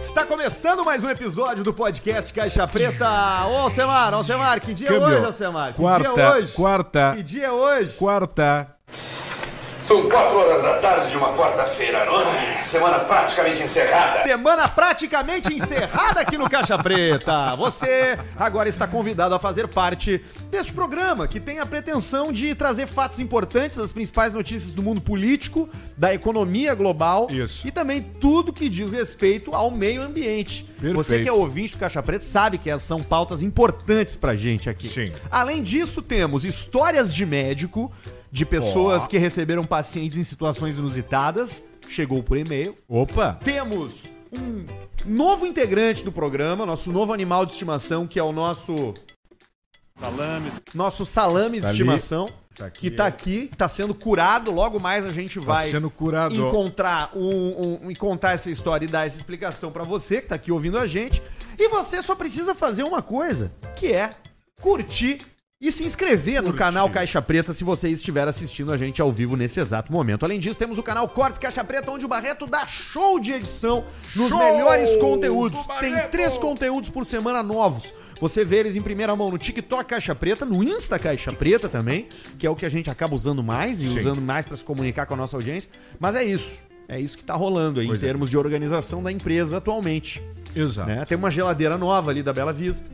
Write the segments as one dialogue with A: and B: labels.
A: Está começando mais um episódio do podcast Caixa Preta. Ô, Alcemar, Alcemar, que dia
B: Câmbio.
A: é hoje, Alcemar? Que dia é
B: Quarta,
A: hoje?
B: quarta,
A: Que dia é hoje?
B: quarta.
C: São quatro horas da tarde de uma quarta-feira, não é? Semana praticamente encerrada.
A: Semana praticamente encerrada aqui no Caixa Preta. Você agora está convidado a fazer parte deste programa que tem a pretensão de trazer fatos importantes, as principais notícias do mundo político, da economia global
B: Isso.
A: e também tudo que diz respeito ao meio ambiente.
B: Perfeito.
A: Você que é ouvinte do Caixa Preta sabe que essas são pautas importantes pra gente aqui.
B: Sim.
A: Além disso, temos histórias de médico, de pessoas que receberam pacientes em situações inusitadas. Chegou por e-mail.
B: Opa!
A: Temos um novo integrante do programa, nosso novo animal de estimação, que é o nosso. Nosso salame de
B: Tá ali.
A: estimação,
B: Tá aqui.
A: que tá aqui, tá sendo curado. Logo mais a gente vai
B: Tá sendo curado.
A: encontrar um, um- um- contar essa história e dar essa explicação pra você que tá aqui ouvindo a gente. E você só precisa fazer uma coisa, que é curtir e se inscrever no canal Caixa Preta se você estiver assistindo a gente ao vivo nesse exato momento. Além disso, temos o canal Cortes Caixa Preta, onde o Barreto dá show de edição nos
B: Show
A: melhores
B: do
A: conteúdos. Tem
B: Barreto!
A: três conteúdos por semana novos. Você vê eles em primeira mão no TikTok Caixa Preta, no Insta Caixa Preta também, que é o que a gente acaba usando mais e usando mais pra se comunicar com a nossa audiência. Mas é isso. É isso que tá rolando aí, em
B: Pois é. Tá.
A: termos de organização da empresa atualmente.
B: Exato.
A: né? Tem uma geladeira nova ali da Bela Vista.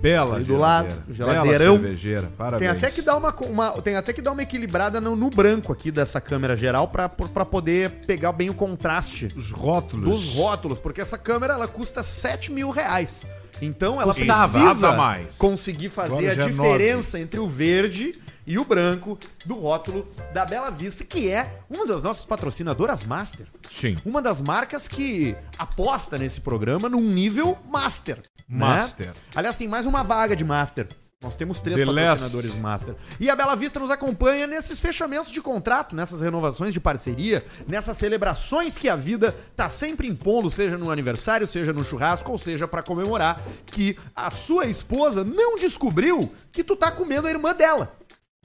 B: Bela
A: Ali do lado,
B: geladeira.
A: geladeirão.
B: Bela cervejeira.
A: Tem
B: Parabéns.
A: até, que dar uma, co- uma- tem até que dar uma equilibrada no, no branco aqui dessa câmera geral pra- pra poder pegar bem o contraste
B: Os rótulos.
A: dos rótulos, porque essa câmera ela custa 7 mil reais. Então ela
B: Custava,
A: precisa
B: nada mais.
A: conseguir fazer
B: Agora
A: a
B: já é
A: diferença entre o verde e o branco do rótulo da Bela Vista, que é uma das nossas patrocinadoras master.
B: Sim.
A: Uma das marcas que aposta nesse programa num nível master. né?
B: Master.
A: Aliás, tem mais uma vaga de master. Nós temos três
B: The
A: patrocinadores
B: less.
A: master. E a Bela Vista nos acompanha nesses fechamentos de contrato, nessas renovações de parceria, nessas celebrações que a vida tá sempre impondo, seja no aniversário, seja no churrasco, ou seja para comemorar que a sua esposa não descobriu que tu tá comendo a irmã dela.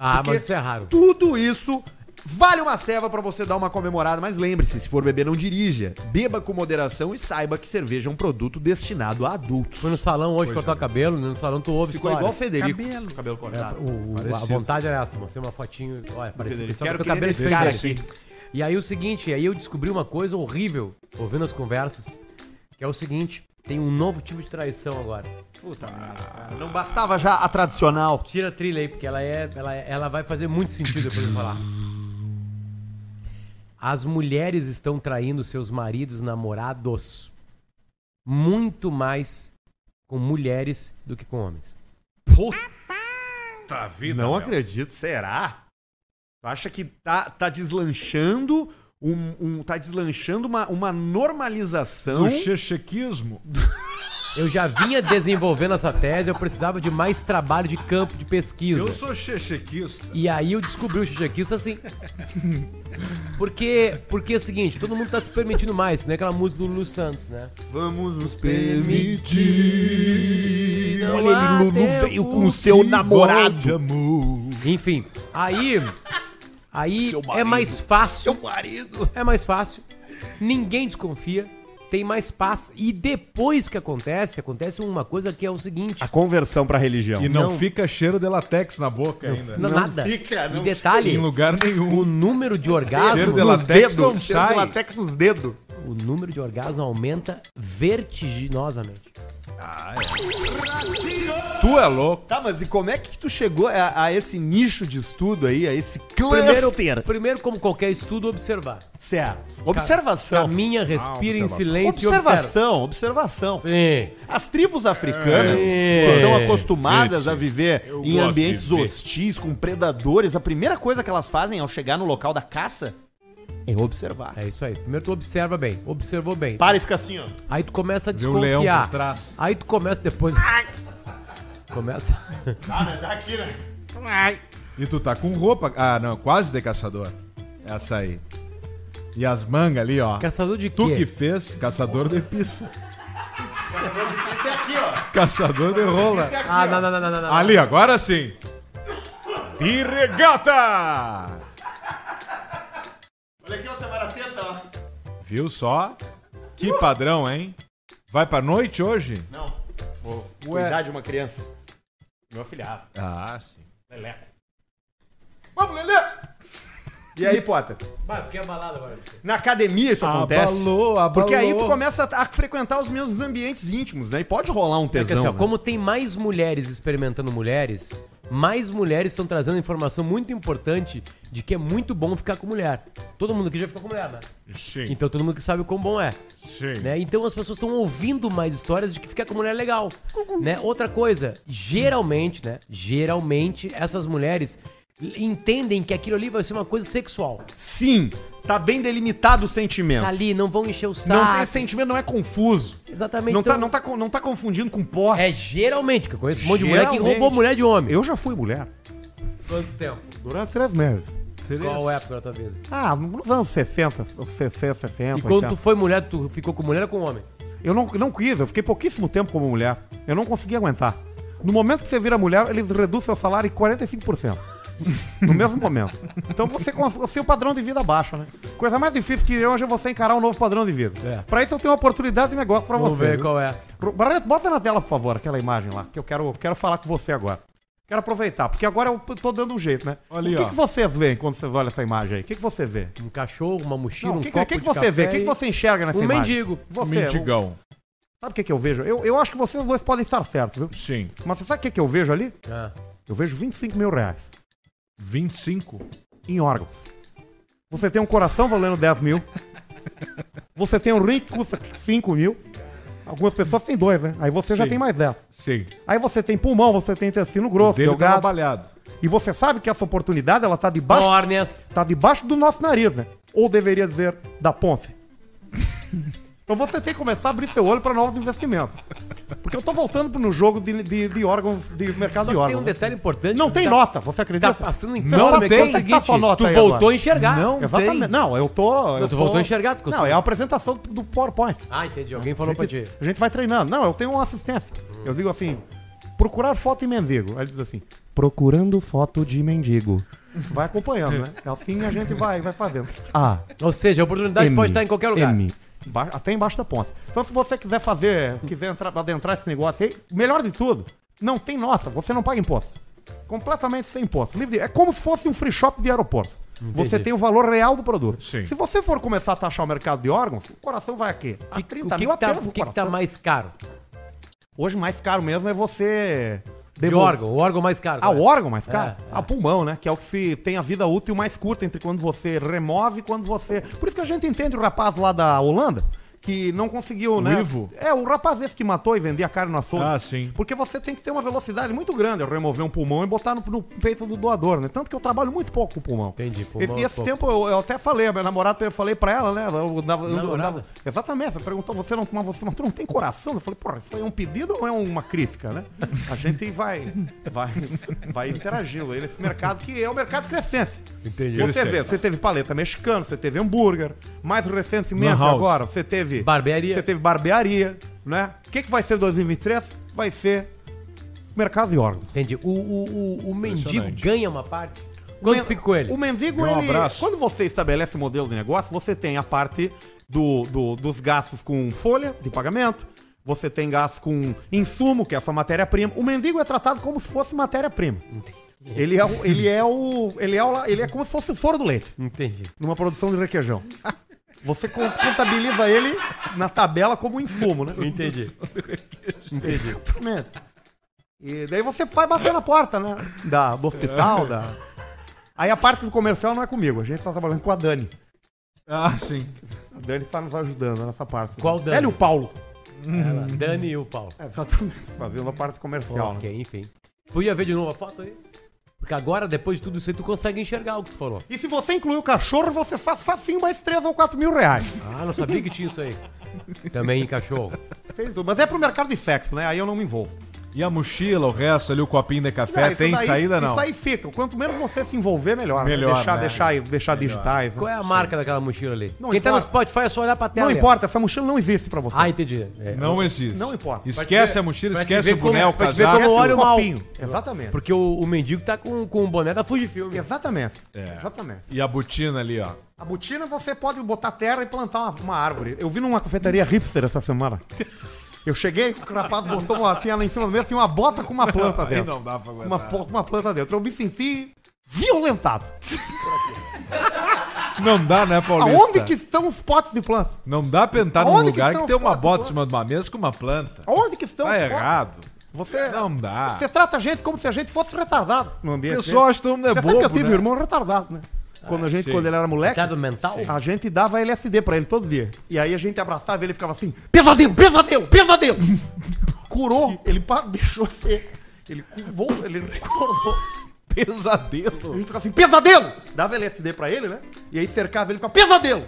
D: Ah,
A: Porque
D: mas isso é raro.
A: Tudo isso vale uma ceva pra você dar uma comemorada, mas lembre-se, se for beber não dirija. Beba com moderação e saiba que cerveja é um produto destinado a adultos.
D: Fui no salão hoje cortar o cabelo, né? no salão tu ouve
A: é. Ficou igual o
D: histórias.
A: Federico. Cabelo, cabelo cortado.
D: O- o- a
B: Parecido.
D: vontade era essa, mostrei uma fotinho, olha, parecido.
A: Federico.
D: Só
A: Quero
D: que o
A: que nem
D: cabelo
A: desse cara
D: fez
A: aqui.
D: isso. E aí o seguinte, aí eu descobri uma coisa horrível, ouvindo as conversas, que é o seguinte, tem um novo tipo de traição agora.
A: Não bastava já a tradicional.
D: Tira a trilha aí, porque ela é, ela, é- ela vai fazer muito sentido depois de eu falar. As mulheres estão traindo seus maridos, namorados, muito mais com mulheres do que com homens.
B: Puta vida.
A: Não é
B: meu.
A: acredito, será? Tu acha que tá, tá deslanchando um, um- tá deslanchando uma, uma normalização?
B: O chechequismo.
D: Eu já vinha desenvolvendo essa tese, eu precisava de mais trabalho de campo, de pesquisa.
B: Eu sou chechequista.
D: E aí eu descobri o Xuxaquista assim. Porque, porque é o seguinte, todo mundo tá se permitindo mais, né? Aquela música do Lu Santos, né?
A: Vamos nos
D: Não
A: Olha,
D: há
A: ele Lulu
D: tempo
A: veio com o seu namorado.
D: Enfim, aí aí é mais fácil. É mais fácil. Ninguém desconfia, tem mais paz e depois que acontece, acontece uma coisa que é o seguinte,
A: A conversão pra religião.
B: E não,
D: Não.
B: fica cheiro de latex na boca ainda. né?
D: não, nada.
A: fica, não
D: e detalhe,
B: Em lugar
D: o
B: nenhum.
D: número de
B: Cheiro
D: orgasmos
B: de
A: Nos
B: latex
A: dedos,
B: não
A: cheiro de
B: sai.
A: latex nos dedos.
D: o número de orgasmos aumenta vertiginosamente.
B: Tu é louco.
A: Tá, mas e como é que tu chegou a, a esse nicho de estudo aí, a esse
D: Primeiro,
A: cluster?
D: primeiro, como qualquer estudo, observar.
A: Certo. Observação.
D: Caminha, respira
B: Ah,
D: em
B: observação.
D: silêncio
A: Observação, observação.
D: e observa. Sim.
A: As tribos africanas
D: É.
A: que são acostumadas a viver
B: Eu
A: em
B: gosto de
A: ambientes
B: ver.
A: hostis, com predadores, a primeira coisa que elas fazem ao chegar no local da caça é observar.
D: É isso aí. Primeiro tu observa bem. Observou bem.
A: Para e fica assim, ó.
D: Aí tu começa a
B: Tá. Vê o leão por
D: desconfiar.
B: trás.
D: Aí tu começa depois... Começa...
A: Tá, né?
B: E tu tá com roupa. Ah, não, quase de caçador. Essa aí. E as mangas ali, ó.
D: Caçador de
B: Tu que
D: quê?
B: fez, caçador de pizza. Caçador de rola.
A: é
D: Ah, não, não, não, não, não, não.
B: Ali, agora sim. De regata!
A: Olha aqui, ó, você teta, ó.
B: Viu só? Que padrão, hein? Vai pra noite hoje?
E: Não. Vou
B: Ué.
E: cuidar de uma criança.
D: Meu afilhado.
B: Ah, sim.
D: Leleco.
E: Vamos, Lelê! E aí, Potter?
D: Vai, fiquei abalado agora. É
E: Na academia isso
D: Ah,
E: acontece.
B: Abalou, abalou.
E: Porque aí tu começa a a frequentar os meus ambientes íntimos, né? E pode rolar um
D: É que,
E: tesão.
D: assim, ó,
E: né?
D: como tem mais mulheres experimentando mulheres, mais mulheres estão trazendo informação muito importante de que é muito bom ficar com mulher. Todo mundo aqui já ficou com mulher, né?
B: Sim,
D: Então todo mundo que sabe o quão bom é.
B: sim.
D: né? Então as pessoas estão ouvindo mais histórias de que ficar com mulher é legal, né? Outra coisa, geralmente, né? Geralmente essas mulheres entendem que aquilo ali vai ser uma coisa sexual.
E: Sim, tá bem delimitado o
D: Tá
E: sentimento.
D: Ali não vão encher o saco.
E: Não tem esse sentimento, não é confuso.
D: Exatamente.
E: Não tá,
D: então-
E: não, tá, con- não tá confundindo com posse.
D: É geralmente, que eu conheço um monte de mulher que
E: Geralmente.
D: roubou mulher de homem.
E: Eu já fui mulher.
D: Quanto tempo?
E: Durante três meses.
D: Qual época da tua vida?
E: Ah, nos anos 60, 60, 70.
D: E quando tu foi mulher, tu ficou com mulher ou com homem?
E: Eu não, não quis, eu fiquei pouquíssimo tempo como mulher. Eu não consegui aguentar. No momento que você vira mulher, eles reduzem seu salário em 45%. No mesmo momento. Então você com o seu padrão de vida baixa, né? Coisa mais difícil que hoje é você encarar um novo padrão de vida.
D: É.
E: Pra isso eu tenho uma oportunidade de negócio pra
D: Vamos
E: você.
D: ver
E: viu?
D: qual é.
E: Ro- Barreto, bota na tela, por favor, aquela imagem lá, que eu quero, quero falar com você agora. Quero aproveitar, porque agora eu tô dando um jeito, né?
B: Ali,
E: o que,
B: ó.
E: que vocês veem quando vocês olham essa imagem aí? O que, que você vê?
D: Um cachorro, uma mochila,
E: Não,
D: um
E: o que,
D: copo
E: que, que
D: de
E: você
D: café
E: vê? O que, que
D: e-
E: você enxerga nessa
D: Um
E: imagem?
D: mendigo.
E: Você, é o-
B: Mendigão.
E: Sabe o que, que eu vejo? Eu, eu acho que vocês dois podem estar certos, viu?
B: Sim.
E: Mas você sabe o que, que eu vejo ali?
D: Ah,
E: Eu vejo 25 mil reais
B: 25?
E: em órgãos. Você tem um coração valendo 10 mil. Você tem um rim que custa 5 mil. Algumas pessoas têm dois, né? Aí você já
B: Sim.
E: tem mais 10.
B: Sim.
E: Aí você tem pulmão, você tem intestino grosso,
B: Dele tá
E: delgado.
B: trabalhado.
E: E você sabe que essa oportunidade, ela tá debaixo,
D: Bórnias.
E: tá debaixo do nosso nariz, né? Ou deveria dizer, da ponte. então você tem que começar a abrir seu olho para novos investimentos. Porque eu tô voltando pro- no jogo de, de- de órgãos, de mercado
D: Só
E: de
D: que tem
E: órgãos.
D: um
E: né?
D: detalhe importante.
E: Não
D: que
E: tem
D: tá-
E: nota, você acredita?
D: Tá passando em
E: Você
B: Não
D: cima,
E: sabe
D: que é o
E: quanto é que tá
D: seguinte,
E: sua nota
D: tu
E: aí
D: voltou
E: agora?
D: a enxergar.
B: Não.
E: Exatamente.
B: tem.
E: Não, eu tô. Eu
D: tu
E: tô-
D: voltou a enxergar, tu conseguiu.
E: Não, é a apresentação do PowerPoint.
D: Ah, entendi. Alguém falou
E: A
D: pra ti.
E: gente, a gente vai treinando. Não, eu tenho uma assistência. Eu digo assim: procurar foto em mendigo. Aí ele diz assim: procurando foto de mendigo. Vai acompanhando, né? É assim a gente vai, vai fazendo. Ah,
D: Ou seja, a oportunidade
E: M,
D: pode estar em qualquer lugar.
E: M. Ba- Até embaixo da ponte. Então, se você quiser fazer, quiser entrar, adentrar esse negócio aí, melhor de tudo, não tem nossa, você não paga imposto. Completamente sem imposto. Livre de- é como se fosse um free shop de aeroporto. Você tem o valor real do produto.
B: Sim.
E: Se você for começar a taxar o mercado de órgãos, o coração vai aqui.
D: O
E: A
D: que,
E: 30
D: o que,
E: mil
D: que tá,
E: apenas
D: o
E: o
D: que, que
E: coração.
D: tá mais caro?
E: Hoje mais caro mesmo é você.
D: De
E: devolver-
D: órgão, o órgão mais caro.
E: Ah, o
D: qual é?
E: órgão mais caro?
D: É, é.
E: A pulmão, né? Que é o que se tem a vida útil mais curta entre quando você remove e quando você. Por isso que a gente entende o rapaz lá da Holanda que não conseguiu, né?
B: Ivo?
E: É, o rapaz esse que matou e vendia carne no açougue.
B: Ah, sim.
E: Porque você tem que ter uma velocidade muito grande ao remover um pulmão e botar no, no peito do doador, né? Tanto que eu trabalho muito pouco com o pulmão.
D: Entendi, pulmão
E: Pulmão esse
D: é
E: esse
D: pouco.
E: tempo eu, eu até falei, a minha namorada, eu falei pra ela, né? Eu dava- eu
D: Namorada?
E: dava- Exatamente, você perguntou, você não, mas você, mas tu não tem coração? Eu falei, porra, isso aí é um pedido ou é uma crítica, né? A gente vai, vai, vai interagindo aí nesse mercado que é o mercado crescente.
B: Entendi.
E: Você
B: Crescente.
E: vê, você teve paleta mexicana, você teve hambúrguer, mais recentemente
B: Lan house.
E: agora, você teve...
D: Barbearia.
E: Você teve barbearia, né? O que, que vai ser 2023? Vai ser mercado de órgãos.
D: Entendi. O, o, o, o mendigo
B: Impressionante.
D: ganha uma parte? Quanto
E: men-
D: fica com ele?
E: O mendigo,
B: Dê um
E: ele.
B: abraço.
E: Quando você estabelece um modelo de negócio, você tem a parte do, do- dos gastos com folha de pagamento, você tem gastos com insumo, que é a sua matéria-prima. O mendigo é tratado como se fosse matéria-prima. Ele é, o, ele é o. Ele é o. Ele é como se fosse o foro do leite
D: Entendi.
E: numa produção de requeijão. Você con- contabiliza ele na tabela como insumo, né?
D: Entendi.
E: Exatamente. E daí você vai bater na porta, né? Da, do hospital, da. Aí a parte do comercial não é comigo, a gente tá trabalhando com a Dani.
B: Ah, sim.
E: A Dani tá nos ajudando nessa parte. né?
D: Qual Dani?
E: Ela e o Paulo.
D: Ela, Dani e o Paulo.
E: É, Exatamente, fazendo a parte comercial, né?
D: ok, enfim. Podia ver de novo a foto aí? Porque agora, depois de tudo isso aí, tu consegue enxergar o que tu falou.
E: E se você incluir o cachorro, você faz facinho mais 3 ou 4 mil reais.
D: Ah, não sabia que tinha isso aí. Também em cachorro.
E: Vocês- Mas é pro mercado de sexo, né? Aí eu não me envolvo.
B: E a mochila, o resto ali, o copinho de
E: Não,
B: café,
E: isso
B: É, tem
E: daí-
B: saída não?
E: Isso aí fica. Quanto menos você se envolver, melhor. né?
B: Melhor,
E: Deixar,
B: né?
E: deixar, deixar digitais. né?
D: Qual é a marca daquela mochila ali?
E: Não
D: Quem tá no
E: importa.
D: Spotify é só olhar pra tela.
E: Não
D: ali, ó.
E: importa, essa mochila não existe pra você.
D: Ah, entendi. É,
B: Não existe.
E: Não importa.
B: Esquece a
D: pra
B: mochila,
D: te
B: esquece
D: ver
B: o boné,
D: como-
B: o
D: pra te ver
B: casaco.
D: como olha
E: olho
D: o mal.
E: Exatamente.
D: Porque o, o mendigo tá com, com o boné da Fujifilm.
E: Exatamente.
B: É.
E: Exatamente.
B: E a botina ali, ó.
E: A botina você pode botar terra e plantar uma, uma árvore. Eu vi numa confeitaria hipster essa semana. Eu cheguei, o rapaz botou uma tinha lá em cima do mesa, tinha uma bota com uma planta
B: Aí
E: dentro.
B: não dá pra
E: Uma,
B: aguentar.
E: po- com uma planta dentro. Eu me senti violentado.
B: Não dá, né, Paulista?
E: Aonde que estão os potes de plantas?
B: Não dá pra entrar num
E: Aonde que
B: lugar que,
E: estão
B: tem
E: os
B: uma
E: potes,
B: bota em
E: pô?
B: cima de uma mesa com uma planta.
E: Aonde que estão
B: Tá
E: os potes?
B: errado. É,
E: Você,
B: Não dá.
E: você trata a gente como se a gente fosse retardado no
B: O
E: ambiente.
B: pessoal acha que todo mundo é
E: Você
B: bobo,
E: sabe que eu tive
B: né? É,
E: um irmão retardado, né? Quando a gente,
B: sim.
E: quando ele era moleque,
D: Estado Tá mental?
E: a gente dava LSD pra ele todo dia. E aí a gente abraçava e ele ficava assim, pesadelo, pesadelo, pesadelo! Curou, ele pa- deixou ser. Ele curvou, ele recordou.
B: Pesadelo.
E: A gente ficava assim, pesadelo! Dava LSD pra ele, né? E aí cercava ele e ficava, pesadelo!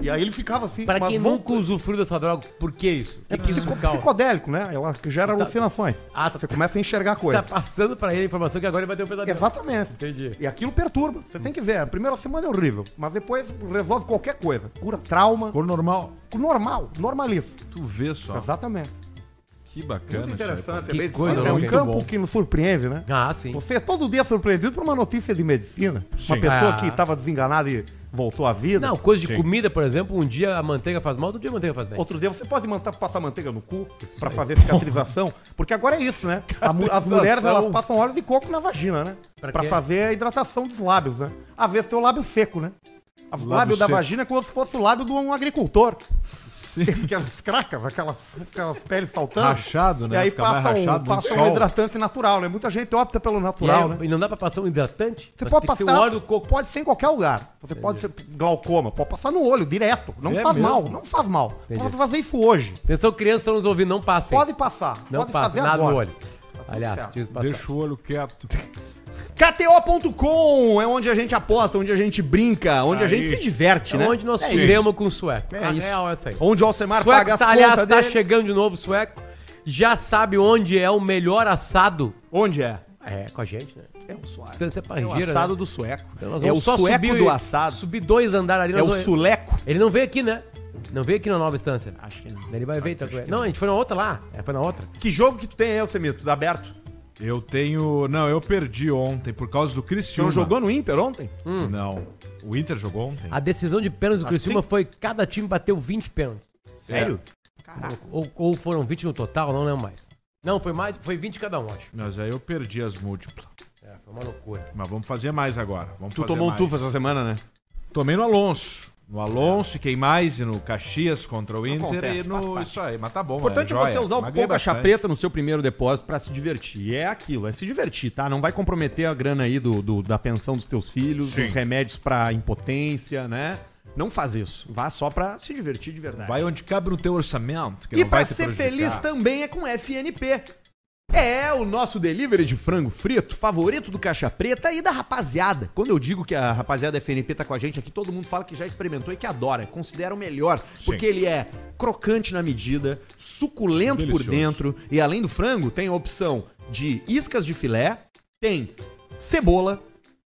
E: E aí ele ficava assim,
D: Pra
E: mas
D: quem
E: vão-
D: nunca usufruiu dessa droga, por que isso?
E: É
D: O que que isso
E: psico-
D: causa?
E: psicodélico, né? Ela que gera alucinações.
D: Ah, tá.
E: Você começa a enxergar
D: Tá
E: coisas.
D: passando pra ele a informação que agora ele vai ter um pesadelo.
E: Exatamente.
D: Entendi.
E: E aquilo perturba. Você tem que ver. A primeira semana é horrível. Mas depois resolve qualquer coisa. Cura trauma.
B: Cor normal.
E: Normal. Normaliza.
B: Tu vê
D: Tá.
B: só.
E: Exatamente.
B: Que bacana. isso aí,
E: Interessante.
D: Que
E: é bem-
D: coisa
E: é um
D: louca.
E: campo
D: Muito bom.
E: que nos surpreende, né?
D: Ah, sim.
E: Você é todo dia surpreendido por uma notícia de medicina. Uma
B: Sim.
E: pessoa
D: Ah.
E: que estava desenganada e voltou à vida.
D: Não, coisa de
B: Sim.
D: comida, por exemplo, um dia a manteiga faz mal, outro dia a manteiga faz bem.
E: Outro dia você pode manta- passar manteiga no cu pra fazer cicatrização, porque agora é isso, né? A mu- as mulheres elas passam óleo de coco na vagina, né?
D: Pra
E: Pra,
D: quê?
E: fazer a hidratação dos lábios, né? Às vezes tem o lábio seco, né? O lábio, da
B: seco.
E: vagina é como se fosse o lábio de um agricultor. Tem aquelas cracas, aquelas, aquelas peles saltando.
B: Rachado, né?
E: E aí
B: Fica mais
E: passa, um,
B: rachado do
E: passa um
B: sol.
E: hidratante natural, né? Muita gente opta pelo
D: E, aí,
E: natural, né?
D: e não dá pra passar um hidratante?
E: Você
D: Mas
E: pode
D: tem que ser
E: passar.
D: o óleo do coco.
E: Pode ser em qualquer lugar. Você pode ser glaucoma, pode passar no olho direto. Não
B: É
E: faz
B: mesmo?
E: mal, não faz mal. Pode fazer isso hoje.
D: Atenção, crianças estão nos ouvindo, não passem.
E: Pode passar.
D: não
E: pode
D: passem,
E: fazer
D: nada
E: agora. Tá
D: no olho. Aliás,
E: certo.
D: tinha que passar.
B: Deixa o olho quieto.
A: KTO.com é onde a gente aposta, onde a gente brinca, onde a
B: Aí.
A: gente se diverte,
D: É
A: né?
D: onde nós fudemos com o sueco.
A: É
D: A
A: isso.
D: real é essa aí.
A: Onde o Alcemar paga
D: Sueco,
A: as
D: tá,
A: contas
D: aliás, tá
A: dele.
D: chegando de novo o sueco. Já sabe onde é o melhor assado.
A: Onde é?
D: É, com a gente, né?
A: É o suave.
D: Distância pra
A: É o
D: gira, né?
A: assado do sueco.
D: Então nós
A: é o
D: vamos só
A: sueco
D: subir-
A: do assado.
D: Subir dois andares ali.
A: É
D: nós
A: o
D: vamos-
A: suleco.
D: Ele não veio aqui, né? Não veio aqui na nova instância.
A: Acho que
D: Ele vai ver, então. Não, a gente foi na outra lá. É, foi na outra.
A: Que jogo que tu tem aí, Alcemito? Tá aberto?
B: Eu tenho. Não, eu perdi ontem por causa do
A: Tu não
B: Cristiano.
A: jogou no Inter ontem?
B: Não. O Inter jogou ontem?
D: A decisão de pênaltis do Criciúma foi cada time bateu 20 pênaltis.
A: Sério?
D: Ou, ou foram 20 no total, não lembro mais. Não, foi mais, foi 20 cada um, acho.
B: Mas É. aí eu perdi as múltiplas.
D: É, foi uma loucura.
B: Mas vamos fazer mais agora. Vamos
A: Tu
B: fazer
A: tomou um
B: mais.
A: tufo essa semana, né?
B: Tomei no Alonso. No Alonso, e quem mais? E no Caxias contra o Inter.
A: Acontece,
B: e
A: faz
B: no.
A: parte.
B: Isso aí, mas tá bom.
A: O importante é
B: joia.
A: você usar o
B: Magrei
A: cupom Caixa
B: bastante.
A: Preta no seu primeiro depósito pra se divertir. E é aquilo, é se divertir, tá? Não vai comprometer a grana aí do, do- da pensão dos teus filhos,
B: Sim.
A: dos remédios pra impotência, né? Não faz isso. Vá só pra se divertir de verdade.
B: Vai onde cabe no teu orçamento. que
A: E
B: não vai
A: pra
B: te
A: ser
B: prejudicar.
A: feliz também é com FNP. É o nosso delivery de frango frito, favorito do Caixa Preta e da rapaziada. Quando eu digo que a rapaziada FNP tá com a gente aqui, todo mundo fala que já experimentou e que adora, considera o melhor, porque ele é crocante na medida, suculento
B: Delicioso.
A: por dentro e além do frango, tem a opção de iscas de filé, tem cebola,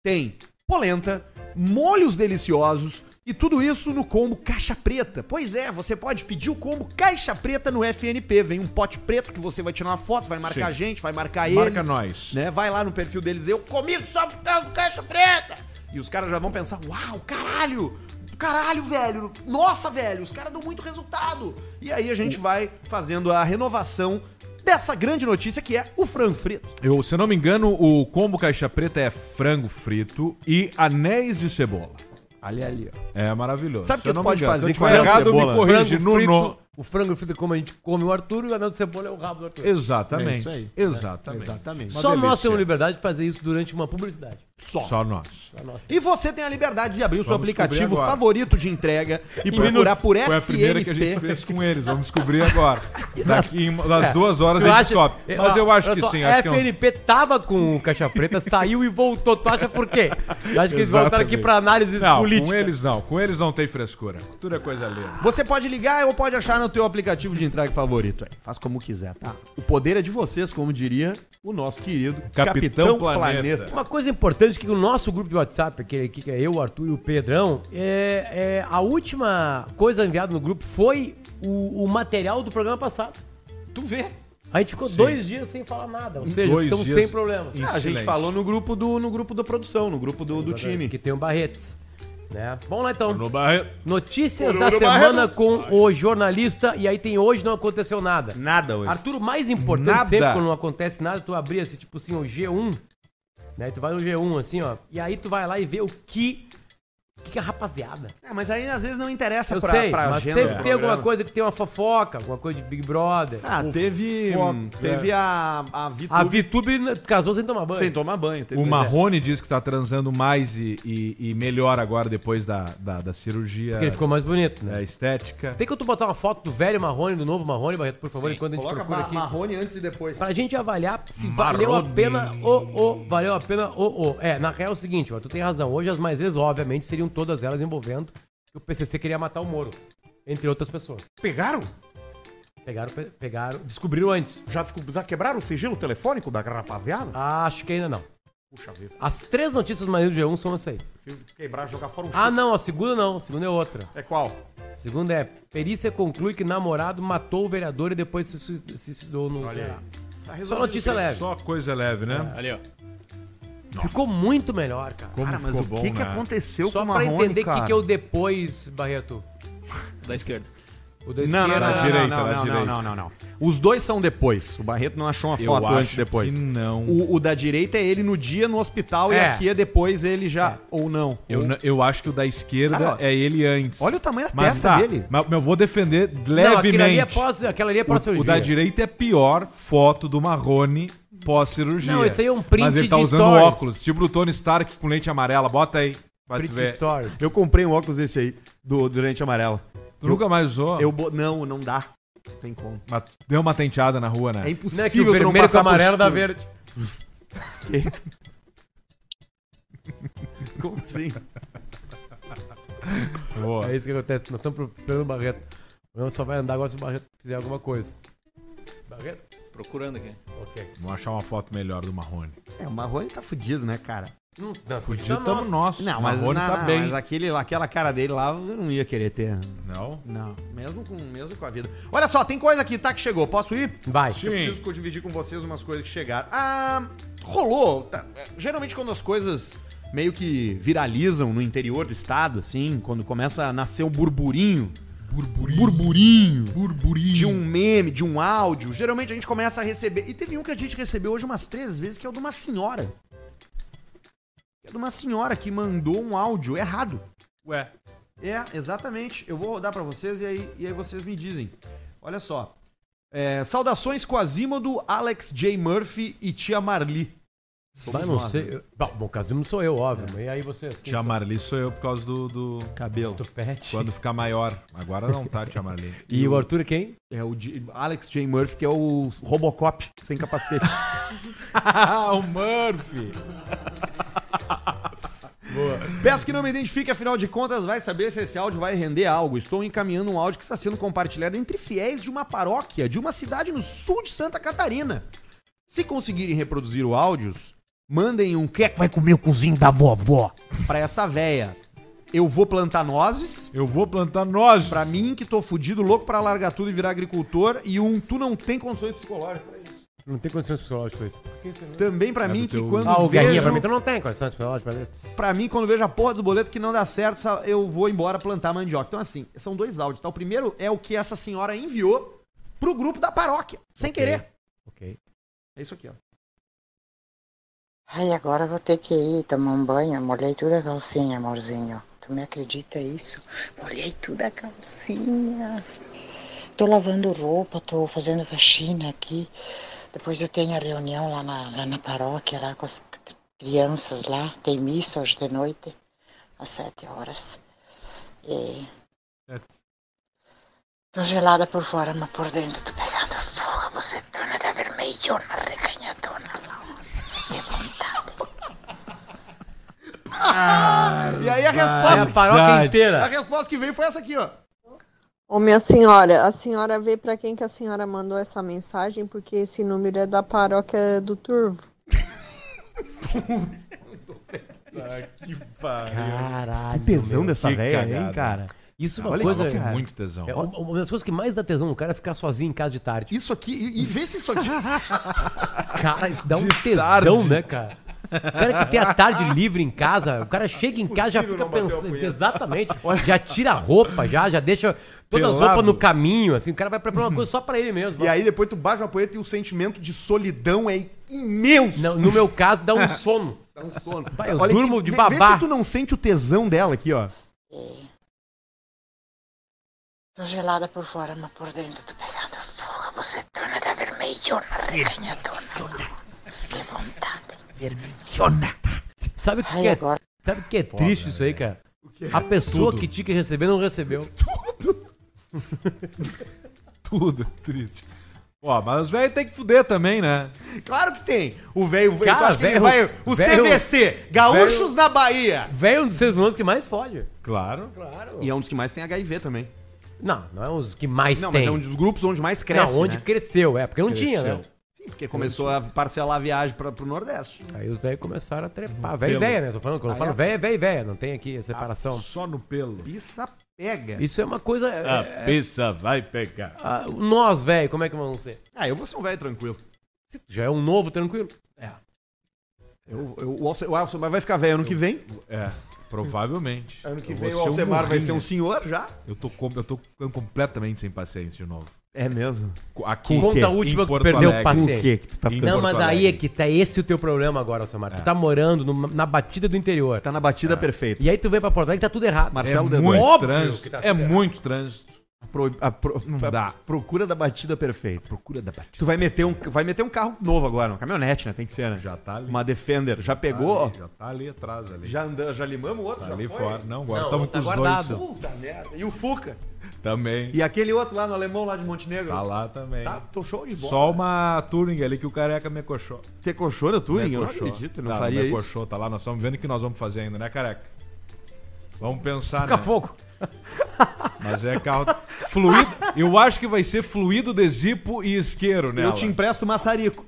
A: tem polenta, molhos deliciosos e tudo isso no combo caixa preta. Pois é, você pode pedir o combo caixa preta no FNP. Vem um pote preto que você vai tirar uma foto, vai marcar a
B: Sim.
A: gente, vai marcar eles.
B: Marca nós.
A: Né? Vai lá no perfil deles, eu comi só por causa do caixa preta. E os caras já vão pensar, uau, caralho, caralho, velho, nossa, velho, os caras dão muito resultado. E aí a gente vai fazendo a renovação dessa grande notícia que é o frango frito.
B: Eu, se eu não me engano, o combo caixa preta é frango frito e anéis de cebola.
A: Ali, ali, ó.
B: É maravilhoso.
A: Sabe o
B: Se
A: que
B: eu
A: tu
B: não
A: pode
B: me engano.
A: fazer
B: Se eu
A: com
B: tiver
A: anel de
B: errado, me
A: cebola?
B: corrige,
D: frango frito,
B: Nuno.
D: O frango frito, como a gente come o Arthur, e o anel de cebola é o rabo do Arthur.
B: Exatamente.
A: É isso aí.
B: Exatamente.
A: Exatamente.
B: Uma
D: Só nós
B: delícia.
D: temos liberdade de fazer isso durante uma publicidade.
A: Só.
B: Só nós.
A: E você tem a liberdade de abrir o seu
B: Vamos
A: aplicativo
B: descobrir agora.
A: favorito de entrega e
B: Foi-
A: procurar por
B: Foi a primeira que a gente
A: FNP.
B: fez com eles. Vamos descobrir agora. Daqui em-
A: É.
B: nas duas horas a gente descobre. Mas eu acho
D: olha
B: que
D: só,
B: sim.
D: A
B: Acho que é um-
D: FNP tava com o Caixa Preta, saiu e voltou. Tu acha por quê? Eu acho que eles voltaram aqui
B: Exatamente.
D: pra análise
B: Não, com
D: política.
B: eles não. Com eles não tem frescura. Tudo é coisa linda.
A: Você pode ligar ou pode achar no teu aplicativo de entrega favorito. aí. Faz como quiser, tá? O poder é de vocês, como diria o nosso querido
B: Capitão Planeta.
D: Uma coisa importante é que o nosso grupo de WhatsApp, que, que é eu, o Arthur e o Pedrão, é, é, a última coisa enviada no grupo foi o, o material do programa passado.
A: Tu vê.
D: A gente ficou dois dias sem falar nada, ou seja,
B: Dois
D: estamos
B: dias
D: sem problema.
B: em
A: Ah, a gente
B: silêncio.
A: falou no grupo do no grupo da produção, no grupo do, do time.
D: Que tem o Barretes. Né? Vamos lá então.
B: No barreiro.
D: Notícias da semana com o jornalista. E aí tem hoje não aconteceu nada.
E: Nada hoje.
D: Arthur, o mais importante
B: Nada.
D: sempre quando não acontece nada, tu abrir assim, tipo assim, o G1, né? Tu vai no G1 assim, ó. E aí tu vai lá e vê o que o que, que a rapaziada.
A: É, mas aí às vezes não interessa
D: Eu
A: É pra,
D: sei,
A: pra
D: mas
A: agenda.
D: sempre
A: do
D: tem alguma
A: programa.
D: coisa que tem uma fofoca, alguma coisa de Big Brother.
A: Ah, teve.
B: Foco,
D: é.
A: teve a, a Vitube
D: a VTube casou sem tomar banho.
A: sem tomar banho. teve
B: O
E: é.
A: isso.
B: Marrone diz que tá transando mais e, e- e melhor agora depois da, da, da cirurgia.
D: Porque ele ficou mais bonito, né?
A: É.
B: da estética.
D: Tem que tu botar uma foto do velho Marrone, do novo Marrone, Barreto, por favor, enquanto a gente
A: Coloca
D: procura
A: ma
D: aqui.
A: Marrone antes e depois.
D: Pra gente avaliar se valeu a
B: Marrone.
D: pena o o valeu a pena o o. É, na real é o seguinte, mano, tu tem razão. Hoje as mais vezes, obviamente, seriam todas elas envolvendo que o PCC queria matar o Moro, entre outras pessoas.
E: Pegaram?
D: Pegaram, pe- pegaram, descobriram antes.
E: Já, desculpa, já quebraram o sigilo telefônico da rapaziada?
D: Acho que ainda não.
E: Puxa vida,
D: As três notícias mais do G1 são essa aí.
E: preciso quebrar, jogar fora um
D: Ah, não, a segunda não, a segunda é outra.
E: É qual?
D: A segunda é: perícia conclui que namorado matou o vereador e depois se sui- se suicidou no Ceará. Só notícia leve.
B: Só coisa leve, né?
F: Ali, ó.
D: Ficou muito melhor, cara.
B: Como
E: Cara, mas
B: ficou
E: o que, que
B: né?
E: aconteceu
D: Só
E: com o
D: pra
E: Marrone,
D: entender o que,
E: cara?
D: que é o depois, Barreto.
F: Da esquerda.
D: O da
A: Não, não, não,
D: esquerda-
A: não,
B: direita,
A: não,
B: na
A: não, não,
B: direita.
A: não, não, não. Os dois são depois. O Barreto não achou uma
B: Eu
A: foto
B: acho
A: antes e depois.
B: que não.
A: O, o da direita é ele no dia no hospital e
D: É.
A: aqui é depois ele já. Ou não.
B: Eu,
A: Ou-
B: n- eu acho que o da esquerda
A: Cara, ó,
B: é ele antes.
A: Olha o tamanho da
B: Mas
A: testa
B: tá,
A: dele.
B: Mas eu vou defender
D: Não,
B: levemente.
D: aquela ali é pós, aquela ali é pós
B: o, o da direita é pior foto do Marrone pós-cirurgia.
D: Não, esse aí é um print
B: Mas ele tá
D: de
B: usando
D: stories.
B: óculos, tipo o Tony Stark com lente amarela. Bota aí. Vai te
D: Print
B: ver.
D: Stories.
A: Eu comprei um óculos desse aí, do, durante amarela.
B: Tu nunca mais usou.
A: Eu bo- Não, não dá. Não tem como.
B: Mas Deu uma tenteada na rua, né?
A: É
D: Não
A: impossível
D: é que o
A: tu não
D: vermelho com
A: passar por-
D: amarelo dá verde.
A: Como assim?
B: Boa.
D: É isso que acontece. Nós estamos esperando o Barreto. O Leandro só vai andar agora se o Barreto fizer alguma coisa. Barreto?
F: Procurando aqui.
D: Ok.
B: Vamos achar uma foto melhor do Marrone.
A: É, o Marrone tá fudido, né, cara?
D: Não, não,
B: Podia
D: tá
B: tamo
D: nosso.
B: nosso.
A: Não, mas,
B: Marrone
A: não,
B: tá
A: não,
B: bem.
A: mas aquele, aquela cara dele lá eu não ia querer ter.
B: Não?
A: Não, mesmo com, mesmo com a vida. Olha só, tem coisa aqui, tá? Que chegou. Posso ir?
D: Vai.
A: Eu preciso co- dividir com vocês umas coisas que chegaram. Ah, rolou. tá, é, geralmente quando as coisas meio que viralizam no interior do estado, assim, quando começa a nascer um burburinho. Burburinho. Burburinho. De um meme, de um áudio. Geralmente a gente começa a receber. E teve um que a gente recebeu hoje umas três vezes, que é o de uma senhora. É de uma senhora que mandou um áudio errado.
B: Ué.
A: É, exatamente. Eu vou rodar pra vocês e aí, e aí vocês me dizem. Olha só. É, saudações Quasimodo, Alex J. Murphy e Tia Marli.
D: Vai,
A: Somos
D: não
A: nós,
D: sei.
A: né?
D: eu- Bom, bom, Casimo sou eu, óbvio. E aí vocês?
B: Tia Marli sou eu por causa do. do-
A: Cabelo.
D: Pet.
B: Quando ficar maior. Agora não tá, Tia Marli.
D: E o Arthur quem?
A: É o J- Alex J. Murphy, que é o Robocop sem capacete.
B: ah, o Murphy!
A: Peço que não me identifique, afinal de contas, vai saber se esse áudio vai render algo. Estou encaminhando um áudio que está sendo compartilhado entre fiéis de uma paróquia de uma cidade no sul de Santa Catarina. Se conseguirem reproduzir o áudios, mandem um que é que vai comer o cozinho da vovó pra essa véia. Eu vou plantar nozes.
B: Eu vou plantar nós.
A: Pra mim, que tô fudido, louco pra largar tudo e virar agricultor. E um tu não tem condições psicológicas. pra isso.
D: Não tem condições psicológicas pra isso.
A: Também pra mim,
B: do teu-
A: que quando
D: Ah, o Guerrinha
A: vejo-
D: pra mim, então não tem condições psicológicas pra isso.
A: Pra mim, quando vejo a porra dos boletos que não dá certo, sa- eu vou embora plantar mandioca. Então, assim, são dois áudios, tá? O primeiro é o que essa senhora enviou pro grupo da paróquia, sem querer.
D: Ok.
A: É isso aqui, ó.
G: Ai, agora eu vou ter que ir tomar um banho. Molhei toda a calcinha, amorzinho. Tu me acredita isso? Molhei toda a calcinha. Tô lavando roupa, tô fazendo faxina aqui. Depois eu tenho a reunião lá na, lá na paróquia, lá com as cri- crianças lá. Tem missa hoje de noite, às sete horas. E... Tô gelada por fora, mas por dentro tô pegando fogo. Você torna da vermelhona, reganhadona lá. ó. Que vontade.
A: E aí a
D: É a
A: resposta.
D: paróquia
B: Verdade.
A: A
D: inteira.
A: resposta que veio foi essa aqui, ó.
H: Ô, minha senhora, a senhora vê pra quem que a senhora mandou essa mensagem, porque esse número é da paróquia do Turvo.
D: Caralho.
E: Que tesão
D: meu.
E: dessa
B: que
E: véia, hein,
B: cagada.
E: cara?
D: Isso é uma
E: Olha,
D: coisa.
E: coloca
D: É,
B: Muito tesão.
D: uma uma das coisas que mais dá tesão no cara é ficar sozinho em casa de tarde.
A: Isso aqui. E, e vê se isso aqui.
D: Cara, isso dá um
B: De
D: tesão,
B: tarde.
D: né, cara? O cara que tem a tarde livre em casa, o cara chega em casa já fica
E: Impossível não bater uma
D: pensando.
E: punheta.
D: Exatamente. Já tira a roupa, já, já deixa todas as
B: Pelado.
D: roupas no caminho, assim. O cara vai preparar uma coisa só pra ele mesmo.
E: E aí depois tu baixa uma poeta e o sentimento de solidão é imenso.
D: Não, no meu caso, dá um sono.
E: Dá um sono.
D: Vai, eu
E: Olha
D: durmo
E: aqui,
D: de
E: vê- Vê
D: babá.
E: se tu não sente o tesão dela aqui, ó.
G: Tô gelada por fora, mas por dentro tô pegando fogo. Você é dona da vermelhona, reganhadona. Que vontade.
D: Sabe o que,
G: Ai,
D: é,
G: agora.
D: sabe o que é triste isso
E: né?
D: aí, cara?
E: é?
D: A pessoa que tinha que receber não recebeu.
B: Tudo triste. Ó, mas os velhos tem que fuder também, né?
E: Claro que tem. O velho, tu
D: Cara,
E: acha que ele
D: velho-
E: vai. O
D: velho-
E: CVC, Gaúchos na Bahia.
D: Velho é um dos seres humanos que mais fode.
B: Claro.
E: E é um dos que mais tem HIV também.
D: Não, não é um dos que mais
E: Não,
D: tem.
E: mas é um dos grupos onde mais cresce.
D: não, onde
E: né?
D: cresceu, é, porque não tinha, né?
E: Sim, porque começou a parcelar a viagem pra, pro Nordeste.
D: Aí os velhos começaram a trepar. Velho e véia, né? Tô falando, quando eu falo velho, é velho e véia. Não tem aqui a separação.
B: Só no pelo.
E: Isso pega.
D: Isso é uma coisa. é-
E: Ah,
D: é-
B: pizza vai pegar.
D: ah, nós, velho, como é que vamos ser?
E: Ah, eu vou ser um velho tranquilo.
D: Já é um novo, tranquilo.
E: Eu, eu, o Alce- o Alcemar vai ficar velho ano que vem.
B: É, provavelmente.
E: Ano que
B: Eu
E: vem o
B: vou ser um
E: Alcemar vai
B: burrinho.
E: ser um senhor já.
B: Eu tô, com- eu tô ficando completamente sem paciência de novo.
E: É mesmo.
B: Co- Aqui,
D: Conta
B: em
D: a última que
B: Porto
D: perdeu
B: Alegre.
D: paciência.
E: O que que tu tá
B: Em
E: ficando?
D: Não,
B: Porto
D: mas aí
B: Alegre.
D: é que tá esse o teu problema agora, Samar. Tu tá morando numa- na batida do interior.
E: É. Tá na batida perfeita.
D: E aí tu vem pra Porto Alegre e tá tudo errado.
B: É
E: Marcelo Dedói.
B: muito
D: Óbvio que
B: trânsito.
D: tá
B: é
D: tudo
B: muito trânsito.
E: A pro- a pro-
B: Não
E: a
B: dá.
E: Procura da batida perfeita.
B: Procura da batida.
E: Tu vai meter um, vai meter um carro novo agora, uma caminhonete, né? Tem que ser, né?
B: Já tá ali.
E: Uma Defender. Já pegou?
B: Ali, já tá ali atrás ali.
E: Ah, já andamos, já limamos outro?
B: Tá
E: já
B: ali
E: foi?
B: fora. Não, agora
D: Não,
B: estamos
D: tá
B: com os
D: guardado.
B: dois.
E: Puta merda. E o Fuca?
B: Também.
E: E aquele outro lá no alemão, lá de Montenegro?
B: Tá lá também.
E: Tá, tô show de bola.
B: Só uma Turing ali que o careca me coxou.
E: Ter coxou da Turing? Eu não
B: Mecochou.
E: acredito, eu não é
B: Tá,
E: faria isso.
B: Mecochou, tá lá, nós estamos vendo o que nós vamos fazer ainda, né, careca? Vamos pensar,
E: é.
D: Fica
B: né?
D: fogo.
B: Mas é carro fluido. Eu acho que vai ser fluido de zipo e isqueiro, né?
E: Eu te empresto o maçarico.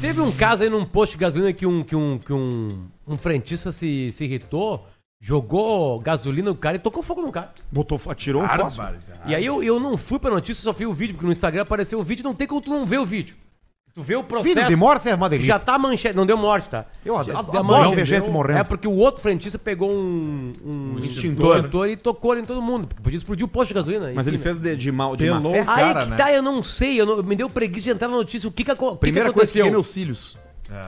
D: Teve um caso aí num posto de gasolina que um, que um, que um, um frentista se, se irritou, jogou gasolina no cara e tocou fogo no cara.
E: Botou, fo- atirou um fósforo.
D: E aí eu, eu não fui pra notícia, só vi o vídeo, porque no Instagram apareceu o vídeo, não tem como tu não ver o vídeo. Tu vê o processo.
E: Vida de morte é uma delícia.
D: Já tá a manchete, não deu morte, tá?
E: Eu
D: já,
E: adoro-
D: a
E: adoro
D: manchete-
E: ver gente
D: deu-
E: morrendo.
D: É porque o outro frentista pegou um, um,
E: extintor.
D: e tocou em todo mundo. Porque podia explodir o posto de gasolina.
E: Mas ele
D: enfim, né?
E: fez de, de mal, de
B: Pelou.
E: má fé.
B: o
D: Aí
B: cara,
D: que
B: né?
D: tá, eu não sei, eu não- me deu preguiça de entrar na notícia. O que, que, aco- o que,
E: Primeira
D: que
E: coisa que
D: aconteceu?
E: tem meus cílios.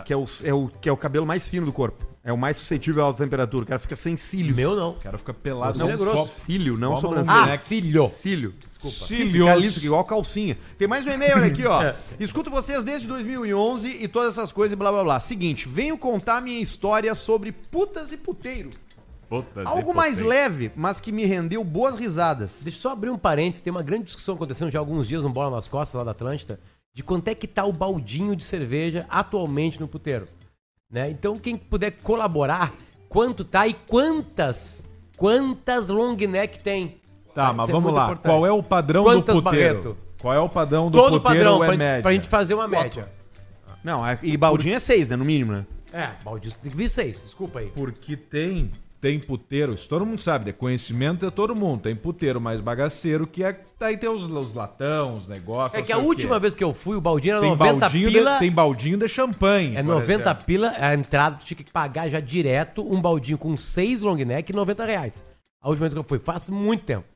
E: Que, é o, é o, que é o cabelo mais fino do corpo. É o mais suscetível à alta temperatura. O cara fica sem cílios.
D: Meu não.
B: O cara fica pelado.
D: Não,
B: só um
D: grosso.
B: copo.
E: Cílio, não
B: Toma
E: sobrancelha.
D: Ah,
B: Moleque.
D: filho.
E: Cílio. Desculpa.
B: Cílios.
E: Cílio, liso, igual calcinha. Tem mais um e-mail aqui, ó. Escuto vocês desde 2011 e todas essas coisas e blá blá blá. Seguinte, venho contar minha história sobre putas e puteiro.
B: Puta,
E: Algo
B: zipo
E: mais
B: feio.
E: leve, mas que me rendeu boas risadas.
D: Deixa eu só abrir um parênteses, tem uma grande discussão acontecendo já há alguns dias no Bola nas Costas, lá da Atlântida, de quanto é que tá o baldinho de cerveja atualmente no puteiro. Né? Então, quem puder colaborar, quanto tá e quantas, quantas long neck tem.
B: Tá, mas vamos lá. Qual é o padrão
D: Quantas
B: do puteiro?
D: Barreto?
B: Qual é o padrão do
D: Todo
B: puteiro
D: padrão,
B: ou é
D: pra,
B: média?
D: pra gente fazer uma média.
E: Não, é- e baldinho é seis, né? No mínimo, né?
D: É, baldinho, tem que vir seis, desculpa aí.
B: Porque tem, tem puteiro, isso todo mundo sabe, né? Conhecimento é todo mundo. Tem puteiro mais bagaceiro, que é. Daí tem os, os latão, os negócios.
D: É
B: não
D: que a
B: sei o
D: última
B: quê.
D: vez que eu fui, o baldinho era
B: tem
D: 90
B: baldinho
D: pila.
B: de, Tem baldinho de champanhe.
D: É
B: por
D: 90
B: exemplo.
D: pila a entrada, tu tinha que pagar já direto um baldinho com 6 long neck e 90 reais. A última vez que eu fui, faz muito tempo.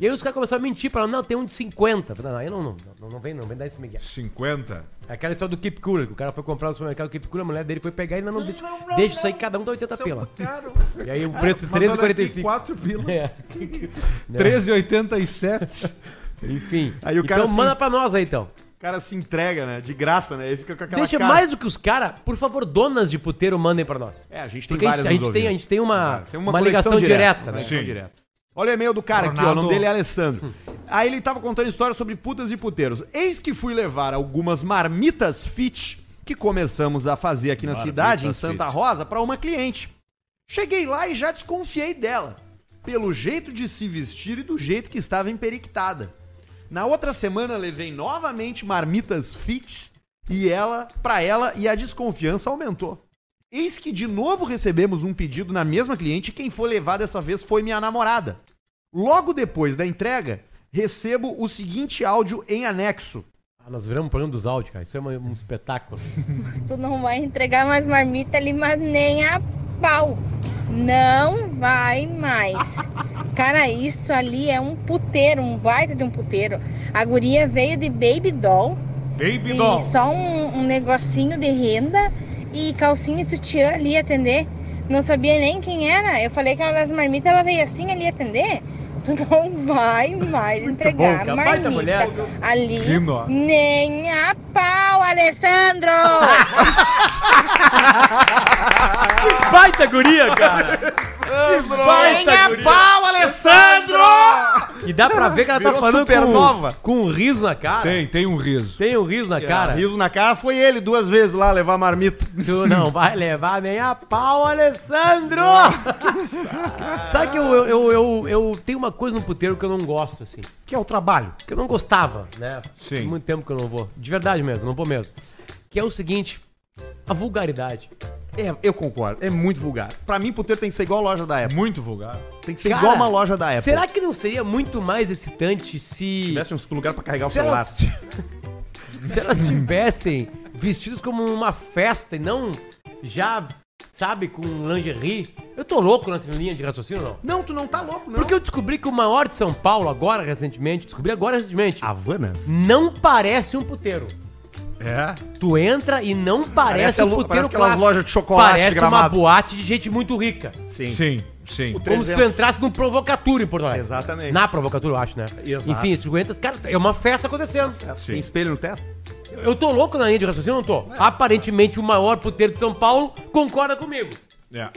D: E aí os caras começaram a mentir, falaram, não, tem um de 50. Eu falei, não, aí não, não, não, não vem não, vem dar esse Miguel.
B: 50?
D: Aquela história do Keep Cooler, que o cara foi comprar no supermercado, o Keep Cooler, a mulher dele foi pegar e ainda não, deixa, deixa isso aí, cada um dá 80 pila.
B: Caro.
D: E aí o preço de 13,45.
B: 4 pila.
D: É. Né?
B: 13,87.
D: Enfim.
E: Aí o cara
D: então
E: se-
D: manda pra nós aí, então.
E: O cara se entrega, né? De graça, né? E fica com aquela
D: Deixa
E: cara.
D: mais do que os caras, por favor, donas de puteiro, mandem pra nós.
E: É, a gente tem
D: Porque a
E: várias
D: gente, a
E: nos
D: gente tem, a
E: ouvindo.
D: gente É, tem uma,
E: Tem
D: uma,
E: conexão
D: ligação direta,
E: uma
D: né?
E: conexão
B: Sim.
E: direta. Olha o e-mail do cara aqui, ó. O
B: Ronaldo.
E: nome dele é Alessandro. Aí ele tava contando história sobre putas e puteiros. Eis que fui levar algumas marmitas fit que começamos a fazer aqui na
A: tá
E: cidade, em Santa Rosa, pra uma cliente. Cheguei lá e já desconfiei dela, pelo jeito de se vestir e do jeito que estava emperictada. Na outra semana levei novamente marmitas fit e ela, pra ela, e a desconfiança aumentou. Eis que de novo recebemos um pedido na mesma cliente e quem foi levar dessa vez foi minha namorada. Logo depois da entrega, recebo o seguinte áudio em anexo.
D: Ah, nós viramos um programa dos áudios, cara. Isso é uma- um espetáculo.
I: Mas tu não vai entregar mais marmita ali, mas nem a pau. Não vai mais. Cara, isso ali é um puteiro, um baita de um puteiro. A guria veio de baby doll
B: Baby
I: e só um, um negocinho de renda e calcinha e sutiã ali atender. Não sabia nem quem era. Eu falei que ela das marmitas, ela veio assim ali atender. Tu não vai mais entregar
D: cara. é Baita
I: marmita
D: mulher.
I: ali.
B: Que nó.
I: Nem a pau, Alessandro!
D: Baita guria, cara!
A: Vai a pau, Alessandro!
D: E dá pra ver que ela tá
A: Virou
D: falando
A: supernova.
D: com, com um riso na cara. Tem,
B: Tem, tem um riso.
D: um riso na cara.
A: Riso na cara foi ele duas vezes lá levar marmita.
D: Tu não vai levar nem a pau, Alessandro! Sabe que eu, eu, eu, eu, eu tenho uma coisa no puteiro que eu não gosto, assim.
A: Que é o trabalho.
D: Que eu não gostava, né?
B: Sim.
D: Tem muito tempo que eu não vou. De verdade mesmo, não vou mesmo. Que é o seguinte, a vulgaridade.
A: É, eu concordo. É muito vulgar. Pra mim, puteiro tem que ser igual a loja da Apple.
B: Muito vulgar.
A: Tem que ser
D: Cara,
A: igual uma loja da Apple.
D: Será que não seria muito mais excitante se...
A: tivesse um lugar pra carregar o
D: se
A: celular?
D: elas, se elas tivessem vestidos como uma festa e não já, sabe, com lingerie? Eu tô louco nessa linha de raciocínio, não?
A: Não, tu não tá louco, não.
D: Porque eu descobri que o maior de São Paulo, agora recentemente, descobri agora recentemente,
A: Havanas?
D: não parece um puteiro.
B: É?
D: Tu entra e não parece,
A: Parece a
D: um
A: lu-
D: puteiro
A: parece aquelas
D: clássico.
A: lojas de chocolate
D: Parece uma
A: Gramado.
D: boate de gente muito rica.
A: Sim.
B: Sim, sim.
D: Como se tu entrasse num provocatura em Porto Alegre.
A: Exatamente.
D: Na provocatura, eu acho, né?
A: Exato.
D: Enfim, tu entra, cara, é uma festa acontecendo.
A: Tem espelho no teto?
D: Eu tô louco na linha de raciocínio ou não tô? Aparentemente o maior puteiro de São Paulo concorda comigo.
B: É.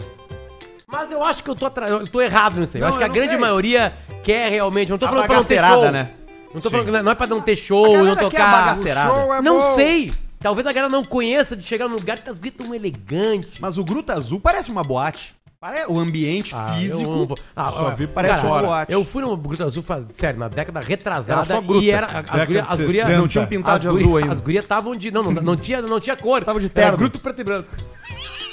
D: Mas eu acho que eu tô, atra- eu tô errado nisso aí. Eu
A: Não,
D: acho que a
A: eu não
D: grande
A: sei.
D: maioria quer realmente. Eu Não tô
A: A
D: falando pra não ter
A: bagacerada,
D: show.
A: né?
D: Não tô falando
B: Sim.
D: que não é pra não ter
A: A
D: show,
A: galera
D: não
A: quer a
D: tocar.
A: bagacerada.
D: O show é não sei. Talvez a galera não conheça de chegar num lugar que as gurias tão um elegante.
A: Mas o Gruta Azul parece uma boate. Parece o ambiente
D: Eu
A: físico.
D: não vou- Ah,
B: Só
D: ó,
B: vi parece
D: cara,
B: fora.
A: um boate.
D: Eu fui no Gruta Azul, faz- sério, na década retrasada.
A: Era só gruta.
D: E era, as
B: Década
D: gurias-
B: de
D: as gurias-
B: 60.
A: Não tinham pintado
D: as
A: de
D: guri-
A: azul ainda.
D: As gurias estavam de. Não, não, não tinha, não tinha cor.
A: Estavam de
D: Era
A: terno.
D: gruto preto e branco.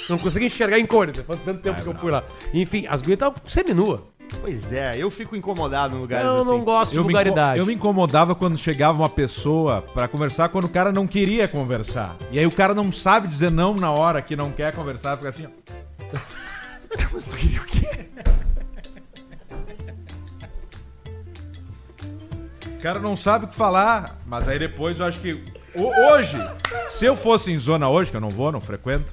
D: não conseguia enxergar em cor, depois de tanto tempo que eu fui lá. Enfim, as gurias estavam seminua.
A: Pois é, eu fico incomodado em lugares
D: Eu
A: assim.
D: não gosto de
B: Eu me, inco-
D: vulgaridade.
B: eu me incomodava quando chegava uma pessoa pra conversar quando o cara não queria conversar. E aí o cara não sabe dizer não na hora que não quer conversar, fica assim, ó.
A: Mas tu queria o quê?
B: O cara não sabe o que falar, mas aí depois eu acho que ho- hoje, se eu fosse em zona hoje, que eu não vou, não frequento,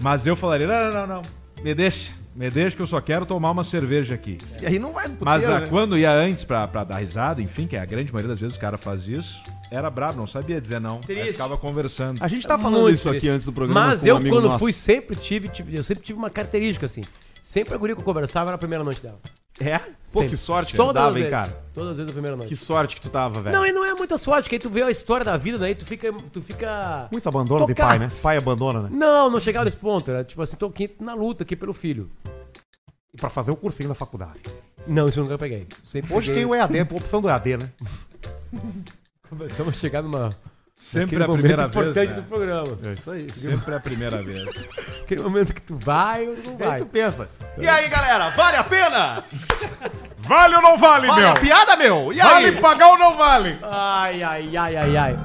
B: mas eu falaria, não, não, não, não, me deixa, me deixa que eu só quero tomar uma cerveja aqui.
A: E aí não vai no
B: Mas
A: puteiro,
B: ah,
A: né?
B: quando ia antes pra, pra dar risada, enfim, que a grande maioria das vezes o cara faz isso, era brabo, não sabia dizer não, aí ficava conversando.
A: A gente tá falando
D: Muito
A: isso aqui
D: triste.
A: antes do programa.
D: Mas
A: com um
D: eu,
A: amigo
D: quando
A: nosso.
D: fui, sempre tive, tive- eu sempre tive uma característica assim. Sempre a guria que eu conversava era a primeira noite dela.
A: É? Pô,
D: Sempre.
A: que sorte que
D: Todas
A: tu dava,
D: as
A: hein,
D: vezes.
A: cara?
D: Todas as vezes a primeira noite.
A: Que sorte que tu tava, velho.
D: Não, e não é muita sorte, que aí tu vê a história da vida, daí tu fica. Tu fica...
A: Muito abandono de
D: Tocado.
A: pai, né? Pai abandona, né?
D: Não, não chegava nesse ponto. Era tipo assim, tô aqui na luta aqui pelo filho.
A: E pra fazer o cursinho da faculdade.
D: Não, isso eu nunca peguei. Sempre
A: Hoje tem um o
D: peguei.
A: EAD, a opção do EAD, né?
D: Estamos chegando numa.
B: Sempre
D: naquele
B: a primeira
D: momento
B: vez,
D: importante
B: né?
D: do programa.
A: É isso aí.
B: Sempre a primeira vez.
D: Aquele momento que tu vai ou não
A: Aí
D: vai.
A: tu pensa. E aí, galera, vale a pena?
B: Vale ou não vale,
A: Vale
E: É,
B: meu?
A: a piada, meu? E aí?
B: Vale pagar ou não vale?
D: Ai, ai, ai, ai, ai.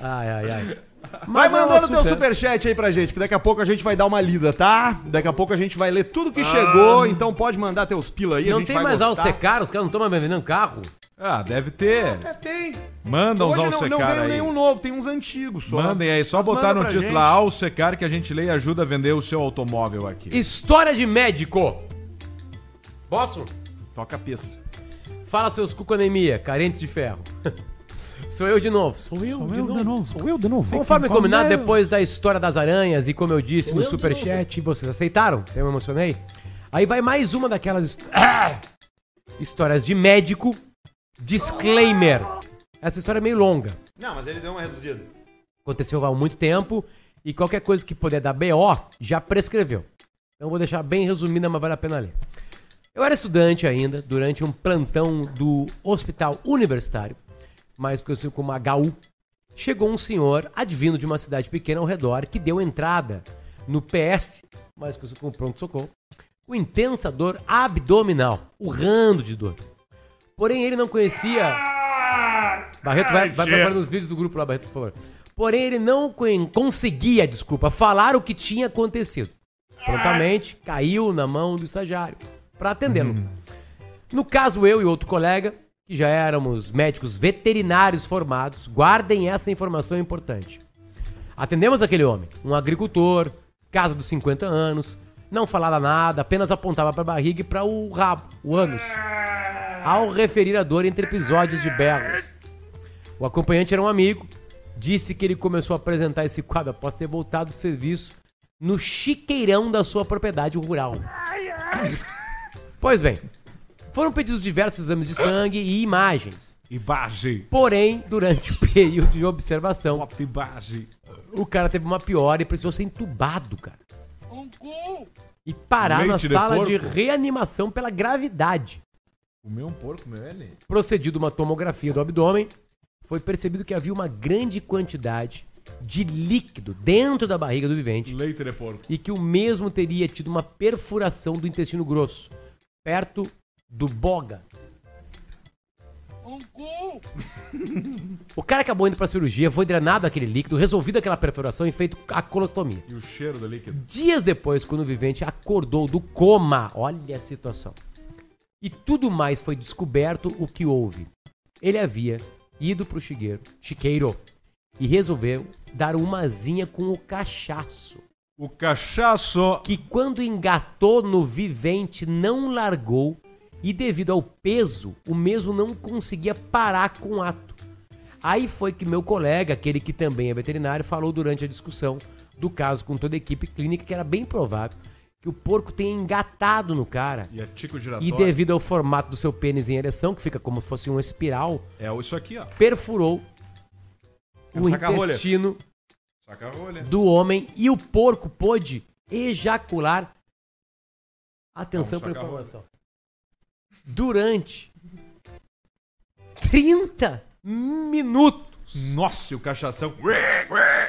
D: Ai, ai, ai.
A: Vai
D: Mas é um
A: mandando teu
D: assunto, né?
A: superchat aí pra gente, que daqui a pouco a gente vai dar uma lida, tá? Daqui a pouco a gente vai ler tudo que chegou, então pode mandar teus pila aí, a
D: Não
A: gente
D: tem
A: vai
D: mais ao
A: gostar.
D: secar, os caras não estão mais vendendo carro.
B: Ah, deve ter.
A: É, tem.
B: Manda uns
A: Hoje não, não
B: alcecar
A: veio
B: aí.
A: nenhum novo, tem uns antigos só.
B: Mandem aí, só
A: Mas
B: botar
A: manda
B: no
A: pra
B: título
A: gente.
B: lá, ao secar que a gente lê e ajuda a vender o seu automóvel aqui.
D: História de médico. Posso?
A: Toca a peça.
D: Fala seus cu com anemia, carentes de ferro. sou eu de novo. Sou eu, de, novo.
A: Sou eu de novo.
D: Conforme combinado, depois da história das aranhas e como eu disse no superchat, vocês aceitaram? Eu me emocionei. Aí vai mais uma daquelas his- histórias de médico. Disclaimer. Essa história é meio longa.
A: Não, mas ele deu uma reduzida.
D: Aconteceu há muito tempo e qualquer coisa que puder dar BO já prescreveu. Então eu vou deixar bem resumida, mas vale a pena ler. Eu era estudante ainda, durante um plantão do hospital universitário, mais conhecido como HU, chegou um senhor advindo de uma cidade pequena ao redor que deu entrada no PS, mais conhecido como pronto-socorro, com intensa dor abdominal, urrando de dor. Porém, ele não conhecia. Barreto, vai, vai preparando os vídeos do grupo lá, Barreto, por favor. Porém, ele não con- conseguia, desculpa, falar o que tinha acontecido. Prontamente, caiu na mão do estagiário para atendê-lo. No caso, eu e outro colega, que já éramos médicos veterinários formados, guardem essa informação importante. Atendemos aquele homem, um agricultor, casa dos 50 anos, não falava nada, apenas apontava para a barriga e para o rabo, o ânus, ao referir a dor entre episódios de berros. O acompanhante era um amigo, disse que ele começou a apresentar esse quadro após ter voltado do serviço no chiqueirão da sua propriedade rural. Pois bem, foram pedidos diversos exames de sangue e imagens.
B: Imagem.
D: Porém, durante o período de observação,
B: Top imagem.
D: o cara teve uma piora e precisou ser entubado, cara. E parar
B: Leite
D: na
B: de
D: sala
B: porco?
D: de reanimação pela gravidade.
B: Comeu um porco, meu ele.
D: Procedido uma tomografia do abdômen, foi percebido que havia uma grande quantidade de líquido dentro da barriga do vivente
B: Leite de porco.
D: e que o mesmo teria tido uma perfuração do intestino grosso, perto do boga. O cara acabou indo pra cirurgia, foi drenado aquele líquido, resolvido aquela perfuração e feito a colostomia.
B: E o cheiro do líquido.
D: Dias depois, quando o vivente acordou do coma, olha a situação. E tudo mais foi descoberto o que houve. Ele havia ido pro chigueiro, chiqueiro e resolveu dar uma asinha com o cachaço
B: O cachaço.
D: que quando engatou no vivente não largou e devido ao peso, o mesmo não conseguia parar com o ato. Aí foi que meu colega, aquele que também é veterinário, falou durante a discussão do caso com toda a equipe clínica que era bem provável que o porco tenha engatado no cara.
B: E é tico giratório.
D: E devido ao formato do seu pênis em ereção, que fica como se fosse uma espiral,
B: É isso aqui, ó.
D: perfurou
B: É um
D: o
B: saca-rolha.
D: intestino
B: Saca a rolha.
D: do homem e o porco pôde ejacular. Atenção
B: Vamos
D: para
B: sacar a
D: informação. Durante 30 minutos,
B: Nossa, e o cachação.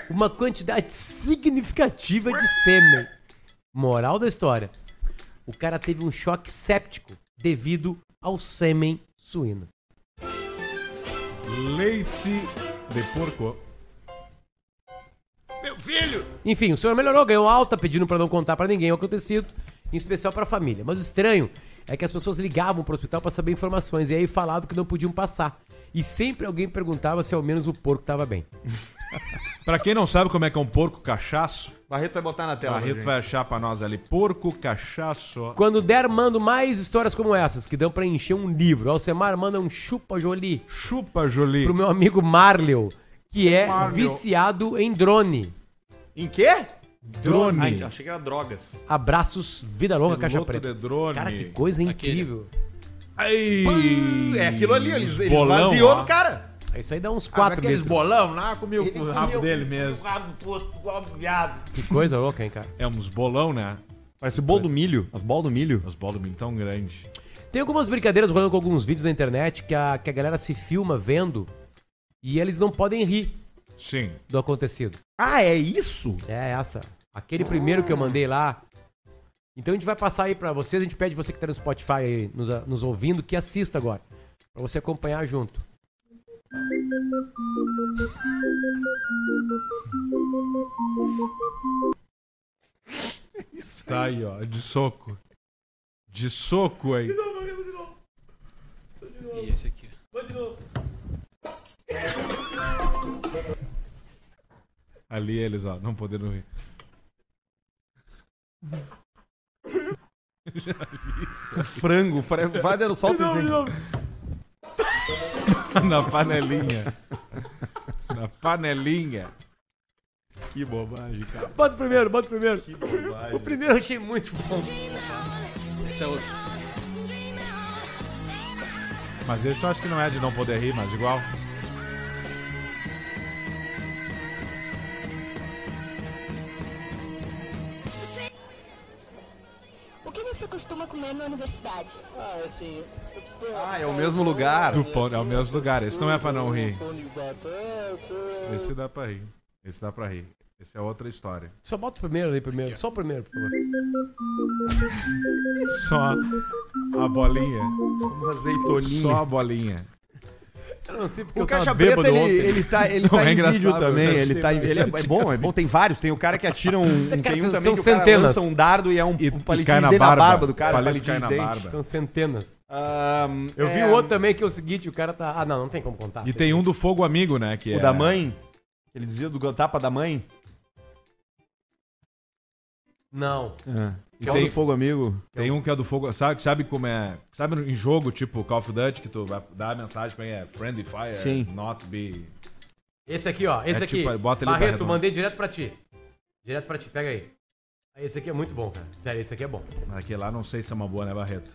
D: uma quantidade significativa de sêmen. Moral da história: o cara teve um choque séptico devido ao sêmen suíno.
B: Leite de porco.
D: Enfim, o senhor melhorou, ganhou alta, pedindo pra não contar pra ninguém o acontecido, em especial pra família. Mas o estranho é que as pessoas ligavam pro hospital pra saber informações e aí falavam que não podiam passar. E sempre alguém perguntava se ao menos o porco tava bem.
B: Pra quem não sabe como é que é um porco cachaço,
E: Barreto vai botar na tela.
B: Barreto vai achar pra nós ali. Porco cachaço.
D: Quando der, mando mais histórias como essas, que dão pra encher um livro. Alcemar manda um chupa Jolie
B: Chupa, Jolie.
D: pro meu amigo Marleu, que é
B: Marleu.
D: viciado em drone.
E: Em quê?
B: Drone.
E: Ai, então, achei que era drogas.
D: Abraços, vida longa, caixa
B: Piloto
D: preta.
B: de drone.
D: Cara, que coisa incrível.
B: Ai,
E: É aquilo ali, ele, ele
B: Bolão,
E: esvaziou
B: ó.
E: do cara.
D: Isso aí dá uns 4
B: Ah, Aqueles
D: litros.
B: bolão lá, comiu com o rabo dele
E: É.
B: mesmo.
D: Que coisa louca, hein, cara.
B: É uns bolão, né?
E: Parece o bolo do milho. As bolas do milho.
B: Os bolos bem tão grandes.
D: Tem algumas brincadeiras rolando com alguns vídeos na internet que a, que a galera se filma vendo e eles não podem rir
B: Sim.
D: do acontecido.
E: Ah, é isso?
D: É essa. Aquele primeiro que eu mandei lá. Então a gente vai passar aí pra vocês. A gente pede você que tá no Spotify aí nos, nos ouvindo que assista agora. Pra você acompanhar junto.
B: Tá aí, ó. De soco. De soco aí.
F: E esse aqui.
B: Ali eles, ó. Não podendo rir.
E: Frango. fra- Vai dando só o desenho.
B: Na panelinha. Na panelinha.
E: Que bobagem, cara.
D: Bota o primeiro, bota o primeiro. O primeiro eu achei muito bom.
F: Esse é outro.
B: Mas esse eu acho que não é de não poder rir, mas igual.
J: O que você costuma comer na universidade? Ah, assim,
E: Ah, é o mesmo lugar.
B: Do pão, é o mesmo lugar. Esse não é pra não rir. Esse dá pra rir. Esse dá pra rir. Essa é outra história.
D: Só bota o primeiro ali, primeiro. Só o primeiro, por favor.
B: Só a bolinha.
E: Uma azeitoninha.
B: Só a bolinha.
D: Eu não sei porque
E: O
D: eu tava
E: Caixa Preta,
D: bêbado
E: ele,
D: ontem.
E: ele tá, ele
B: Tá Não,
E: tá
B: é
E: em
B: engraçado,
E: vídeo
B: eu
E: também.
B: já
E: Ele, tá,
B: tinha-
E: ele é, é bom, é bom. Tem vários. Tem o cara que atira um. tem um
D: cara,
E: também
D: são
E: que o cara
D: centenas.
E: lança um dardo e é um,
B: E-
E: um
B: e
E: palitinho
B: cai na
E: de dente na
B: barba.
E: barba do cara.
B: O
E: um
B: palito
E: palitinho
B: cai
E: de
B: na
E: dente.
B: barba.
D: São centenas.
E: Ahn,
D: Eu vi
E: é,
D: outro também que é o seguinte, o cara tá... Ah, não, não tem como contar.
B: E tem um do fogo amigo, né? Que
E: O
B: é-
E: da mãe. Ele dizia do tapa da mãe.
D: Não.
B: E
E: Que é o
B: tem-
E: do fogo, amigo.
B: Tem um que é do fogo, sabe, sabe como é? Sabe no- em jogo, tipo Call of Duty, que tu vai dar a mensagem pra quem é Friendly Fire,
E: Sim.
B: not be.
D: Esse aqui, ó. Esse
B: É
D: aqui.
B: tipo, bota ele pra
D: Barreto,
B: redonda.
D: mandei direto pra ti. Direto pra ti, pega aí. Esse aqui é muito bom, cara. Sério, esse aqui é bom.
B: Mas Aquele lá não sei se é uma boa, né, Barreto?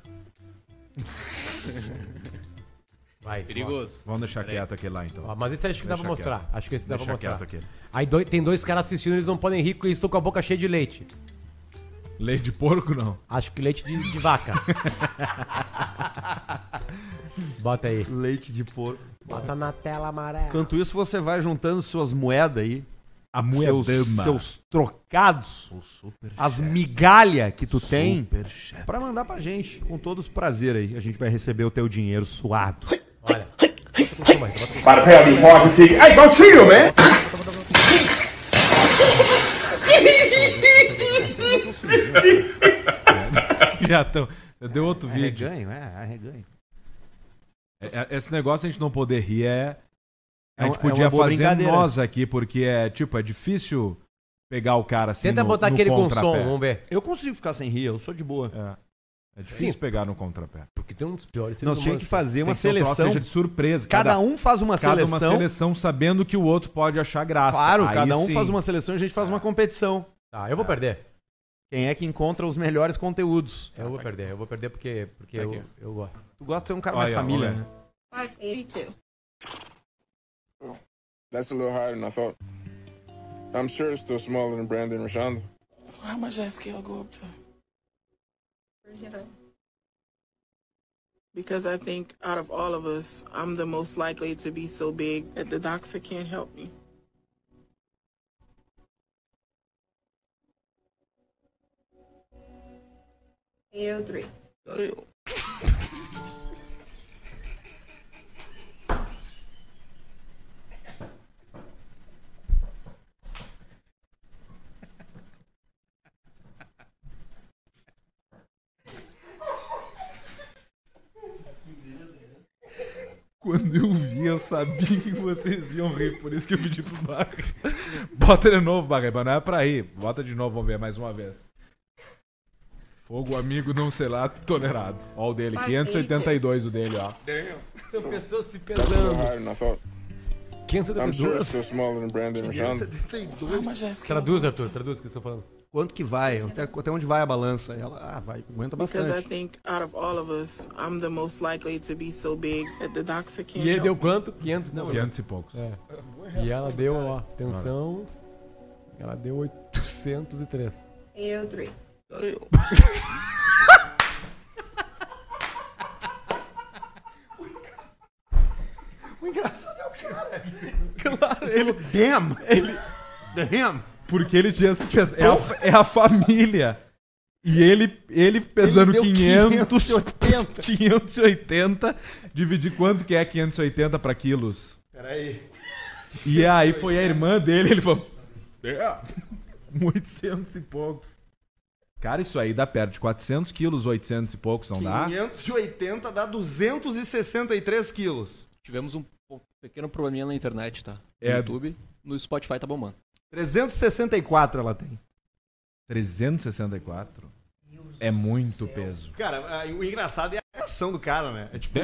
D: Vai.
F: Perigoso.
B: Vamos deixar quieto aquele lá então.
D: Ó, mas esse é acho que dá pra
B: Deixa
D: mostrar.
B: quieto.
D: Acho que esse dá pra
B: Deixa
D: mostrar.
B: quieto aquele.
D: Aí doi- tem dois caras assistindo, eles não podem rir porque eles estão com a boca cheia de leite.
B: Lei de porco, não.
D: Acho que leite de, de vaca. Bota aí.
E: Leite de porco.
D: Bota na tela amarela.
E: Enquanto isso, você vai juntando suas moedas aí.
B: A
E: Seus,
B: moedama.
E: seus trocados. As migalhas que tu tem. Pra mandar pra gente. Com todo os prazer aí. A gente vai receber o teu dinheiro suado.
D: Olha. Bota com som aí, bota com som.
B: Já estão. Deu outro vídeo.
E: Arreganho, é, arreganho.
B: É- é- Esse negócio a gente não poder rir é. A
E: É um-
B: gente
E: é uma
B: podia
E: boa
B: fazer
E: brincadeira.
B: nós aqui, porque é tipo, é difícil pegar o cara assim.
D: Tenta
B: no-
D: botar
B: no
D: aquele com som,
B: contrapé.
D: vamos ver.
E: Eu consigo ficar sem rir, eu sou de boa.
B: É difícil
D: Sim.
B: pegar no contrapé.
D: Porque tem um dos piores.
E: Nós tínhamos que fazer uma
B: Tem que ser um troço que
E: seleção.
B: seja de surpresa.
E: Cada um faz uma
B: cada
E: seleção.
B: uma seleção sabendo que o outro pode achar graça.
E: Claro,
B: Aí
E: cada um
B: sim.
E: faz uma seleção e a gente faz uma competição.
D: Tá,
B: Ah.
D: eu vou perder.
E: Quem é que encontra os melhores conteúdos?
D: Eu vou perder, eu vou perder porque, porque
F: Tá
D: eu,
F: aqui.
D: eu gosto.
E: Tu gosta de ter um cara
B: Olha,
E: mais família,
B: olha.
E: né?
K: That's a little higher than I thought. I'm sure it's still smaller than Brandon Rashonda.
J: How much that scale go up to? Because I think out of all of us, I'm the most likely to be so big that the doctor can't help me. Eight oh three.
B: Quando eu vi, eu sabia que vocês iam rir, por isso que eu pedi pro Barra. Bota de novo, Barra, mas não é pra rir. Bota de novo, vamos ver mais uma vez. Fogo amigo não será tolerado. Ó o dele, 582 o dele, ó.
D: São pessoas se
K: That's a little
D: pesando.
K: higher than I thought. I'm sure it's still smaller than Brandon Rashonda.
D: Traduz, Arthur, traduz o que vocês estão falando.
E: Quanto que vai? Até, até onde vai a balança? Ela, ah, vai, aguenta
J: Because I
E: bastante.
J: think out of all of us, I'm the most likely to be so big that the doctor can't
D: E ele
J: help
D: deu quanto? 500 não,
B: 500 e poucos.
D: E ela deu, ó, atenção. Ela deu 803.
E: O engraçado é o cara. Claro, ele. Damn! Ele. Damn!
B: Porque ele tinha esse peso. É a, é a família. E ele, ele pesando
E: deu
B: 500,
E: 580.
B: 580. Dividir quanto que é 580 pra quilos? Peraí. E é aí foi a irmã dele, ele falou. "É, 800 e poucos. Cara, isso aí dá perto de 400 quilos, 800 e poucos, não dá?
E: 580 dá 263 quilos.
F: Tivemos um po- pequeno probleminha na internet, tá? No
B: É.
F: YouTube, no Spotify tá bombando.
E: 364 ela tem.
B: 364. É muito peso.
E: Cara, a- o engraçado é a reação do cara, né? É tipo,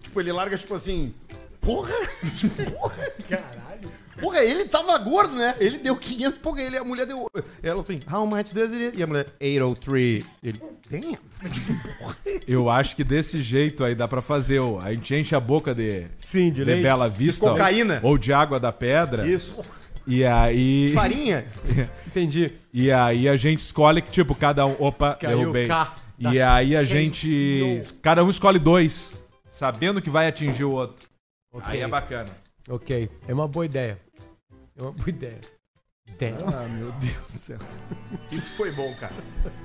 E: tipo, ele larga tipo assim. Porra! Tipo, porra! Caralho! Porra, ele tava gordo, né? Ele deu 500 pouco, ele a mulher deu. Ela assim, how much does it? E a mulher, 803. Ele, damn!
B: Eu acho que desse jeito aí dá pra fazer. ó. A gente enche a boca de,
D: Sim,
B: de Bela Vista. ó,
E: cocaína.
B: Ou de Água da Pedra.
E: Isso!
B: E aí.
E: Farinha!
D: Entendi.
B: E aí a gente escolhe que, tipo, cada um. Opa,
D: Caiu
B: derrubei.
D: o K da-
B: E aí a
D: Quem
B: gente.
D: criou?
B: Cada um escolhe dois. Sabendo que vai atingir o outro.
D: Ok.
B: Aí é bacana.
D: Ok, é uma boa ideia. É uma boa ideia. Tem.
A: Ah, meu Deus do céu. Isso foi bom, cara.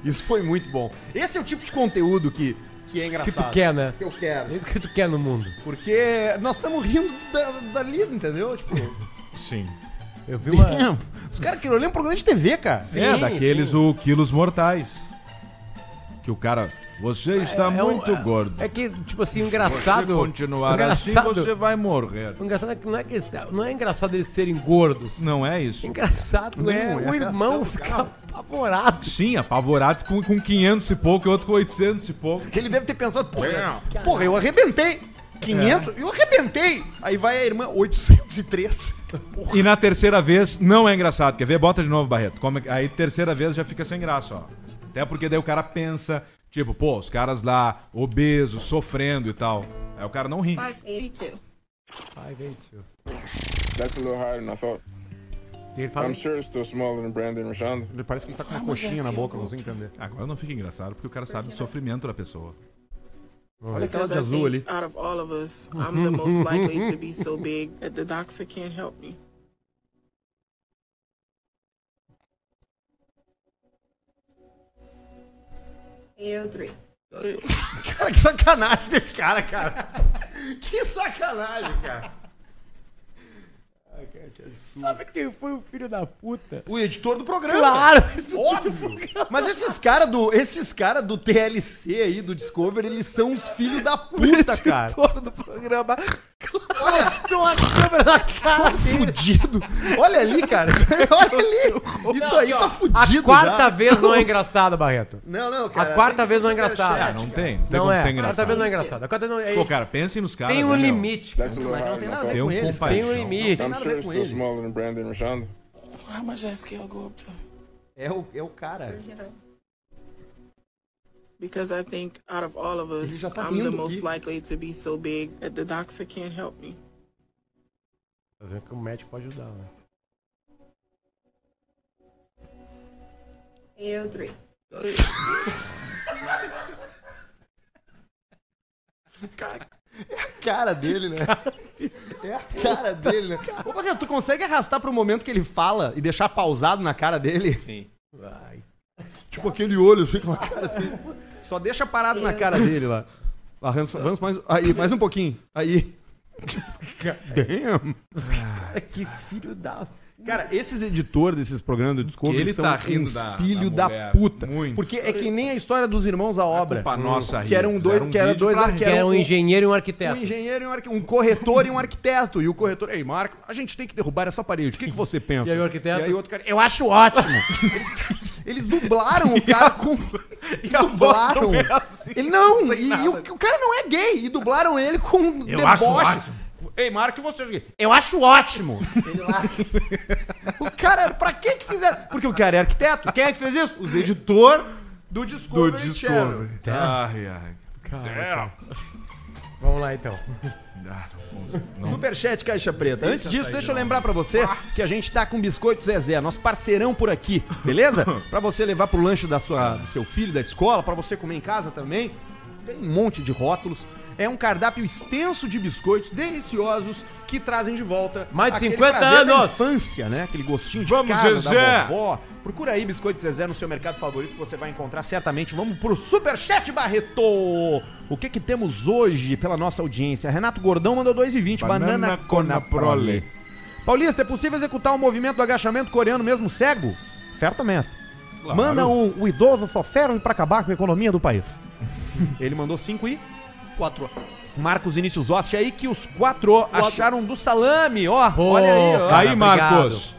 A: Isso foi muito bom. Esse é o tipo de conteúdo que, que é
D: que
A: engraçado.
D: tu quer, né?
A: Que eu quero.
D: É isso que tu quer no mundo.
A: Porque nós estamos rindo da, dali, entendeu? Tipo,
B: Sim.
D: Eu vi uma.
A: os caras querem olhar um programa de TV, cara.
B: é,
D: Sim,
B: daqueles o Quilos Mortais. Que o cara. Você está
D: é um-
B: muito
D: é-
B: gordo.
D: É que, tipo assim, o
B: Se
D: engraçado.
B: continuar assim,
D: engraçado-
B: você vai morrer.
D: O engraçado é que não é, que não é engraçado eles serem gordos.
B: Não é isso.
D: Engraçado é o irmão ficar apavorado.
B: Sim, apavorados com, com 500 e pouco e outro com 800 e pouco.
A: Ele deve ter pensado, porra, porra eu arrebentei.
D: É.
A: 500, eu arrebentei. Aí vai a irmã, 803.
B: E na terceira vez não é engraçado. Quer ver? Bota de novo, Barreto. Como é que- Aí terceira vez já fica sem graça, ó. Até porque daí o cara pensa, tipo, pô, os caras lá, obesos, sofrendo e tal. Aí o cara não ri.
J: 582.
K: That's a little higher than I thought.
D: E ele fala,
K: I'm sure it's still smaller than Brandon Rashonda.
E: Ele parece que ele tá com
A: Ah,
E: uma coxinha na boca, não sei entender.
B: Agora não fica engraçado porque o cara sabe do sofrimento da pessoa.
E: Olha aquela
J: Because I
E: de azul ali.
J: think out of all of us, I'm the most likely to be so big that the doctor can't help me.
A: Cara, que sacanagem desse cara, cara. Que sacanagem, cara.
D: Sabe quem foi o filho da puta?
A: O editor do programa.
D: Claro, isso
A: Óbvio! Mas esses caras do, esses cara do TLC aí, do Discovery, eles são os filhos da puta, cara.
D: todo do programa. Botou a câmera na cara dele.
A: Fudido. Olha ali, cara. Olha ali. Isso aí tá fudido.
D: A quarta
A: já.
D: vez não é engraçada, Barreto.
A: Não, não, cara.
D: A quarta vez não é
B: Ah,
D: engraçada.
B: não tem. Não tem
D: Não
B: como
D: é.
B: ser
D: A quarta
B: engraçado.
D: vez não é engraçada. A quarta não é.
B: Pô, cara, pensem nos caras.
D: Tem um
B: né, meu?
D: limite.
K: That's a little
F: é
K: higher than I thought.
A: ver
B: Tem um
A: com eles,
B: compaixão.
D: Tem um limite.
K: I'm
A: nada a
K: sure
A: ver
K: it's
A: com
K: still
A: eles.
K: smaller than Brandon Rashonda.
J: How much that scale go up to?
A: É o, é o cara.
J: Because I think out of all of
A: Ele
J: us,
A: já tá
J: I'm the
A: rindo
J: most
A: aqui.
J: likely to be so big that the doctor can't help me.
D: Tá vendo que o médico pode ajudar, né?
A: Cara dele, né? É a cara dele, né? Ô, Barreto, tu consegue arrastar pro momento que ele fala e deixar pausado na cara dele?
F: Sim.
D: Vai.
A: Tipo aquele olho, fica uma cara assim. Só deixa parado na cara dele lá. Avança, avança mais. Aí, mais um pouquinho. Aí. Damn.
D: Que filho da.
A: Cara, esses editores desses programas do Discovery
B: Que ele
A: são
B: tá rindo
A: uns
B: da-
A: filho
B: da
A: da,
B: mulher,
A: puta.
B: muito.
A: Porque é que nem a história dos irmãos à obra.
B: culpa é nossa aí.
A: que eram dois,
B: Fizeram um
A: que eram
B: vídeo
A: dois,
B: pra
A: que
D: Que era
A: eram
D: um engenheiro e um
A: Um
D: arquiteto.
A: engenheiro e um, arqu- um corretor e um arquiteto. E o corretor, ei, Marco, a gente tem que derrubar essa parede. O que, que você pensa?
D: E aí o arquiteto?
A: E aí o outro cara, eu acho ótimo. eles, eles dublaram o cara com.
B: E a voz
A: dublaram.
B: não é assim.
A: Ele não, e, e o, o cara não é gay. E dublaram ele com
B: Eu acho ótimo.
A: Ei, Marco, e você? Eu acho ótimo. Ele lá. o cara, pra que que fizeram? Porque o cara é arquiteto. Quem é que fez isso? Os editor do
B: Do
A: Discovery. Channel.
B: Discovery. Ai, ai.
D: Vamos lá então.
B: Ah, não- não-
A: Superchat Caixa Preta. Antes disso, deixa eu lembrar pra você que a gente tá com Biscoito Zezé, nosso parceirão por aqui, beleza? Pra você levar pro lanche da sua, do seu filho, da escola, pra você comer em casa também. Tem um monte de rótulos. É um cardápio extenso de biscoitos deliciosos que trazem de volta
D: Mais de
A: aquele
D: 50
A: prazer da
D: anos.
A: infância, né? Aquele gostinho de
B: Vamos,
A: casa
B: Zezé!
A: da vovó. Procura aí Biscoito Zezé no seu mercado favorito que você vai encontrar certamente. Vamos pro Superchat Barreto! O que que temos hoje pela nossa audiência? Renato Gordão mandou 2,20. Banana Cona Prole. Paulista, é possível executar o movimento do agachamento coreano mesmo cego? Certamente.
B: Claro.
A: Manda um, o idoso só serve pra acabar com a economia do país. Ele mandou 5 e...
F: 4.
A: Marcos Vinícius Oste aí que os quatro acharam do salame, ó.
D: Pô,
A: olha aí, ó.
B: Tá aí,
D: Cara,
B: Marcos.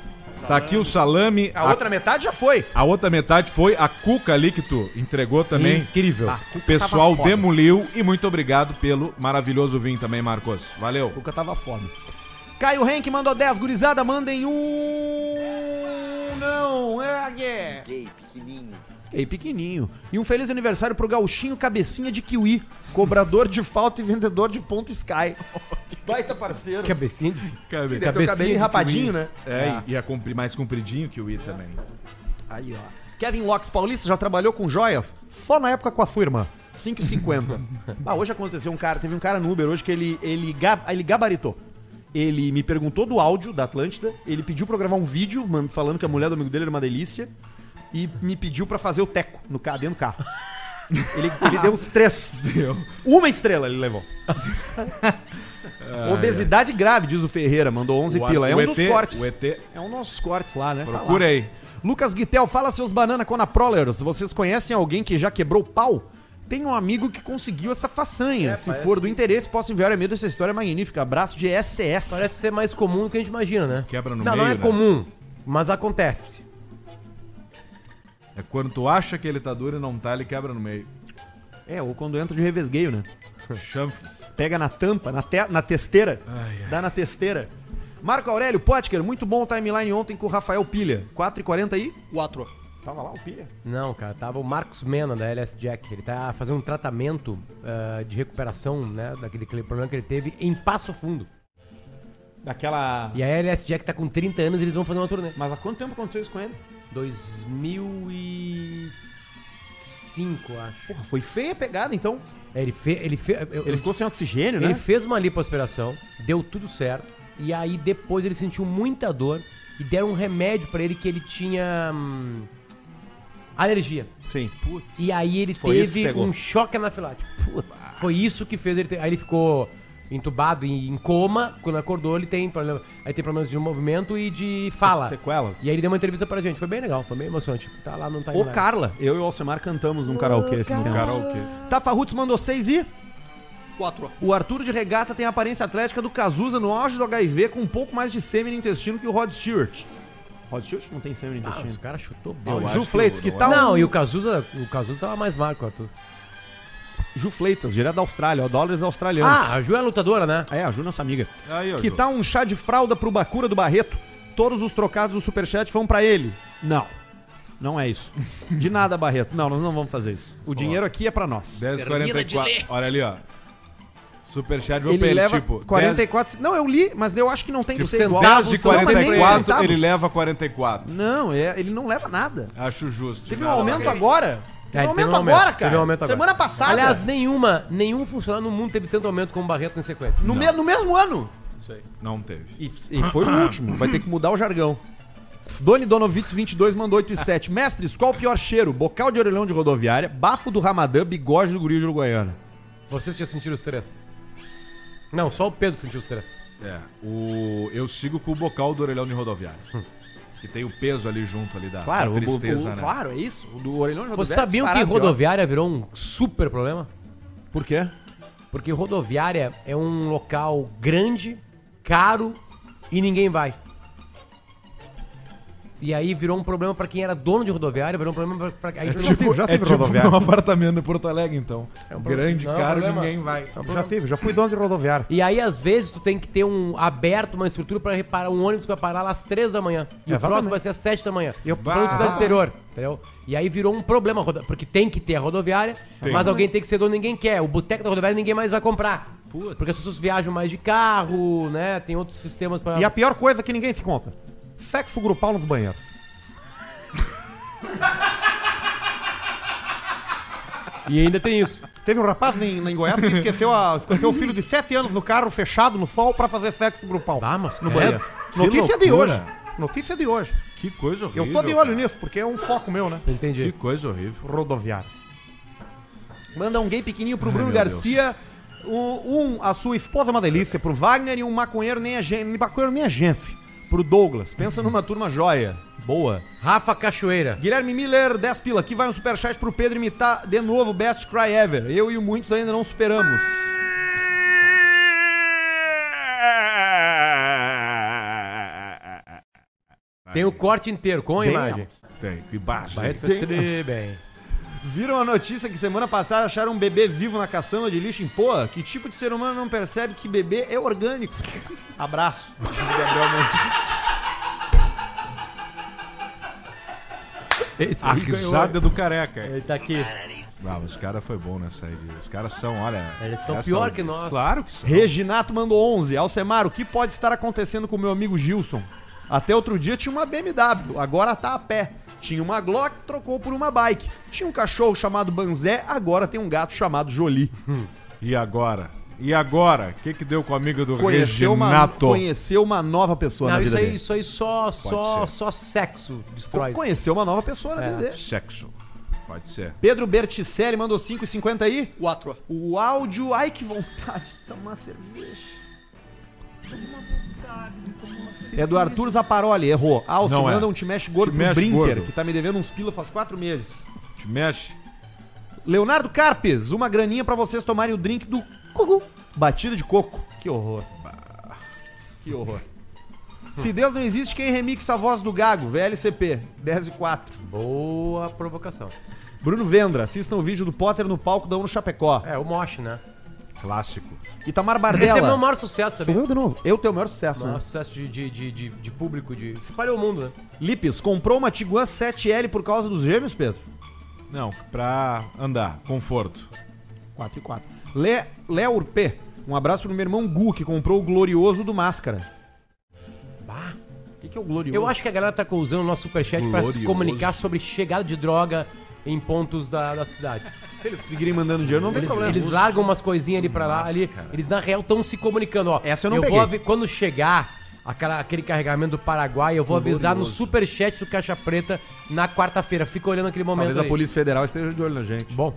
B: Tá aqui o salame.
A: A outra metade já foi.
B: A outra metade foi a cuca ali que tu entregou também.
D: Incrível.
A: Ah,
B: O
A: Cuca
B: pessoal
A: tava foda.
B: demoliu e muito obrigado pelo maravilhoso vinho também, Marcos. Valeu.
A: Cuca tava foda. Caio Henk mandou 10, gurizada, mandem um... Não, é... é.
F: Gay, pequenininho.
A: Ei, pequenininho. E um feliz aniversário pro gauchinho cabecinha de kiwi, cobrador de falta e vendedor de ponto Sky. é Baita parceiro.
D: Cabecinha.
B: Cabe-
A: Tem teu cabelinho rapadinho, né?
B: É, e- e é compri- mais compridinho que o I também.
A: Aí, ó. Kevin Locks Paulista já trabalhou com joia só na época com a sua irmã. 5,50. ah, hoje aconteceu um cara, teve um cara no Uber hoje que ele, ele, ga- ele gabaritou. Ele me perguntou do áudio da Atlântida. Ele pediu pra eu gravar um vídeo man- falando que a mulher do amigo dele era uma delícia. E me pediu pra fazer o teco no ca- dentro do carro. Ele, ele deu uns três. Deu. Uma estrela ele levou. Obesidade grave, diz o Ferreira. Mandou 11
B: É. O-
A: pila. É
B: o
A: um
B: ET
A: dos cortes.
B: O ET.
A: É um dos cortes lá, né? Tá lá.
B: Procura aí.
A: Lucas Guitel, fala seus banana conaprolers. Vocês conhecem alguém que já quebrou o pau? Tem um amigo que conseguiu essa façanha. Se for do interesse, posso enviar a meio dessa história magnífica. Abraço de SCS.
D: Parece ser mais comum do que a gente imagina, né?
B: Quebra no
D: não, não
B: meio,
D: é
B: né?
D: comum, mas acontece.
B: É quando tu acha que ele tá duro e não tá, ele quebra no meio.
A: É, ou quando entra de revesgueio, né?
B: Chanfles.
A: Pega na tampa, na, te- na testeira. Dá na testeira. Marco Aurélio Potker, muito bom o timeline ontem com o Rafael Pilha. 4h40 aí.
L: Quatro.
A: Tava lá o Pilha.
D: Não, cara, tava o Marcos Mena da LS Jack. Ele tá fazendo um tratamento ah, de recuperação, né? Daquele aquele problema que ele teve em Passo Fundo.
A: Daquela.
D: E a LS Jack tá com 30 anos eles vão fazer uma turnê.
A: Mas há quanto tempo aconteceu isso com ele?
D: 2005, acho.
A: Porra, foi feia a pegada, então.
D: É, ele fez. Ele, fe, eu- eu-
A: Ele ficou sem oxigênio, né?
D: ele fez uma lipoaspiração, deu tudo certo. E aí depois ele sentiu muita dor e deram um remédio pra ele que ele tinha. hum, alergia.
A: Sim.
D: E aí ele
A: Foi isso que
D: teve
A: pegou.
D: um choque anafilático. Foi isso que fez ele ter... Aí ele ficou entubado em em coma. Quando acordou, ele tem problema. Aí tem problemas de movimento e de fala.
A: Sequelas.
D: E aí ele deu uma entrevista pra gente. Foi bem legal, foi bem emocionante. Tá lá no
A: Ô,
D: timeline.
A: Carla, eu e o Alcemar cantamos num karaokê esses tempos.
B: Karaokê.
A: Tafa Roots mandou seis e.
L: Quatro.
A: O Arthur de Regata tem a aparência atlética do Cazuza no auge do HIV com um pouco mais de sêmen no intestino que o Rod Stewart. Rod Stewart não tem sêmen no
D: Ah, mas
A: intestino.
D: o cara chutou
A: Ah,
D: bem.
A: o Ju Fleitas, que tal?
D: Não, né? e o Cazuza, o Cazuza tava mais magro, Arthur.
A: Ju Fleitas, um direto da Austrália, ó, dólares australianos.
D: Ah, a Ju é lutadora, né?
A: É, a Ju, nossa amiga.
B: Aí, ó.
A: Que
B: Ju.
A: tal um chá de fralda pro Bacura do Barreto? Todos os trocados do Superchat vão pra ele. Não. Não é isso. De nada, Barreto. Não, nós não vamos fazer isso. O dinheiro aqui é pra nós.
B: 10h44. Olha ali, ó. Superchat do
A: Ele
B: Open,
A: leva
B: tipo.
A: 44. Não, eu li, mas eu acho que não tem que
B: Tipo,
A: ser igual.
B: centavos de
A: Não, mas nem centavos.
B: 44, ele leva 44.
A: Não, é, ele não leva nada.
B: Acho justo.
A: Teve um
B: Nada
A: aumento
B: ok.
A: agora. Teve
D: É,
A: um aumento
D: teve um aumento,
A: agora, cara.
D: teve um aumento agora.
A: Semana passada.
D: Aliás, nenhuma, nenhum funcionário no mundo teve tanto aumento como o Barreto em sequência.
A: no, me- no mesmo ano.
B: Não teve.
A: E, e foi o último. Vai ter que mudar o jargão. Doni Donovitz 22 mandou 8 e 7. Mestres, qual o pior cheiro? Bocal de orelhão de rodoviária, bafo do ramadã, bigode do guri de Uruguaiana.
D: Vocês já sentiram os três? Não, só o Pedro sentiu os três.
B: É. O... Eu sigo com o bocal do orelhão de rodoviária. que tem o peso ali junto ali da, da
A: Claro, o-
B: tristeza,
A: o- o-
B: né?
A: claro, é isso. O do orelhão de
D: Vocês
A: rodoviária. é
D: sabiam que
A: disparado,
D: rodoviária virou um super problema?
A: pior. Por quê?
D: Porque rodoviária é um local grande, caro e ninguém vai. E aí virou um problema pra quem era dono de rodoviária, virou um problema pra, pra aí virou-
A: Tipo, já teve rodoviária.
B: um apartamento em Porto Alegre, então.
D: É um problema.
B: Grande,
D: Não, é um
B: caro,
D: problema.
B: ninguém vai.
A: Já tive, já fui dono de rodoviária.
D: E aí às vezes tu tem que ter um aberto uma estrutura pra reparar um ônibus pra parar lá às três da manhã e o
A: Exatamente.
D: próximo vai ser às sete da manhã.
A: Eu- Ah.
D: Falando de cidade
A: Bah.
D: interior, entendeu? E aí virou um problema rodo- porque tem que ter a rodoviária, mas alguém tem que ser dono, ninguém quer. O boteco da rodoviária ninguém mais vai comprar. Porque as pessoas viajam mais de carro, né? Tem outros sistemas pra.
A: E a pior coisa é que ninguém se conta: sexo grupal nos banheiros.
D: E ainda tem isso.
A: Teve um rapaz em, em Goiás que esqueceu, a- esqueceu o filho de 7 anos no carro fechado no sol pra fazer sexo grupal.
D: Ah, mas
A: no
D: credo.
A: banheiro.
B: Que
A: Notícia de hoje.
B: loucura.
A: Notícia de hoje.
B: Que coisa horrível.
A: um- Eu tô de olho
B: cara.
A: nisso, porque é um foco meu, né?
B: Que
D: Entendi.
B: coisa horrível.
A: Rodoviários. Manda um gay pequenininho pro Bruno
B: meu
A: Garcia. Um, um- a sua esposa é uma delícia, pro Wagner e um maconheiro nem a gente. Maconheiro nem a gente. Pro Douglas. Pensa numa turma joia. Boa.
D: Rafa Cachoeira.
A: Guilherme Miller, 10 pila. Aqui vai um superchat pro Pedro imitar de novo o Best Cry Ever. Eu e o muitos ainda não superamos.
D: Tem o corte inteiro, com a imagem.
B: Tem, que baixo.
D: Barreto fez tri bem.
A: Viram a notícia que semana passada acharam um bebê vivo na caçamba de lixo em Poa? Que tipo de ser humano não percebe que bebê é orgânico? Abraço. diz o Gabriel Mendes.
D: Esse
B: A
D: aí ganhou.
A: um
B: risada do careca.
D: Ele tá aqui.
B: Ah, os caras foi bom nessa aí. Os caras são, olha.
D: Eles são
B: essa-
D: pior que nós.
B: Claro que são.
A: Reginato mandou 11. Alcemar, o que pode estar acontecendo com o meu amigo Gilson? Até outro dia tinha uma BMW, agora tá a pé. Tinha uma Glock, trocou por uma bike. Tinha um cachorro chamado Banzé, agora tem um gato chamado Jolie.
B: E agora? E agora, o que, que deu com o amigo do
A: Conheceu uma,
B: Reginato?
A: conheceu uma nova pessoa
D: Não,
A: na
D: isso
A: vida
D: aí,
A: dele.
D: isso aí só, só,
B: ser.
D: só sexo destrói. isso. É.
A: Conheceu uma nova pessoa na vida dele.
B: Sexo. Pode ser.
A: Pedro Berticelli mandou 5,50 aí.
M: Quatro.
A: O áudio. Ai, que vontade de tomar uma cerveja. É do Arthur Zaparoli, errou. Alce,
B: Não é.
A: manda um te mexe gordo
B: Te
A: pro
B: mexe
A: Brinker,
B: gordo.
A: que tá me devendo uns pila faz quatro meses.
B: Te mexe.
A: Leonardo Carpes, uma graninha pra vocês tomarem o drink do Cucu. Batida de coco. Que horror. Que horror. Se Deus não existe, quem remixa a voz do Gago? VLCP, 10 e 4.
D: Boa provocação.
A: Bruno Vendra, assistam o vídeo do Potter no palco da Uno Chapecó.
D: É, o Mosh, né?
B: Clássico.
A: Itamar
D: Esse é meu
A: Bardella.
D: maior sucesso,
A: Sou
D: sabia?
A: eu de novo. Eu tenho o maior sucesso. né?
D: Maior sucesso de, de, de, de, de público, de. Espalhou o mundo, né?
A: Lipes, comprou uma Tiguan 7L por causa dos gêmeos, Pedro?
B: Não, pra andar. Conforto.
A: 4 e 4. Lé, Léo Urpê, um abraço pro meu irmão Gu, que comprou o Glorioso do Máscara.
D: Bah.
A: O que, que é o Glorioso?
D: Eu acho que a galera tá usando o nosso superchat pra se comunicar sobre chegada de droga em pontos da, da cidade.
A: Se eles conseguirem mandando dinheiro, não tem
D: Eles,
A: problema.
D: eles largam umas coisinhas ali pra lá, ali. Eles na real estão se comunicando, ó.
A: Essa eu não
D: eu
A: peguei.
D: Vou, avi- quando chegar aquela- aquele carregamento do Paraguai, eu vou avisar no superchat do Caixa Preta na quarta-feira. Fica olhando aquele momento
A: Talvez a
D: aí.
A: Polícia Federal esteja de olho na gente.
D: Bom.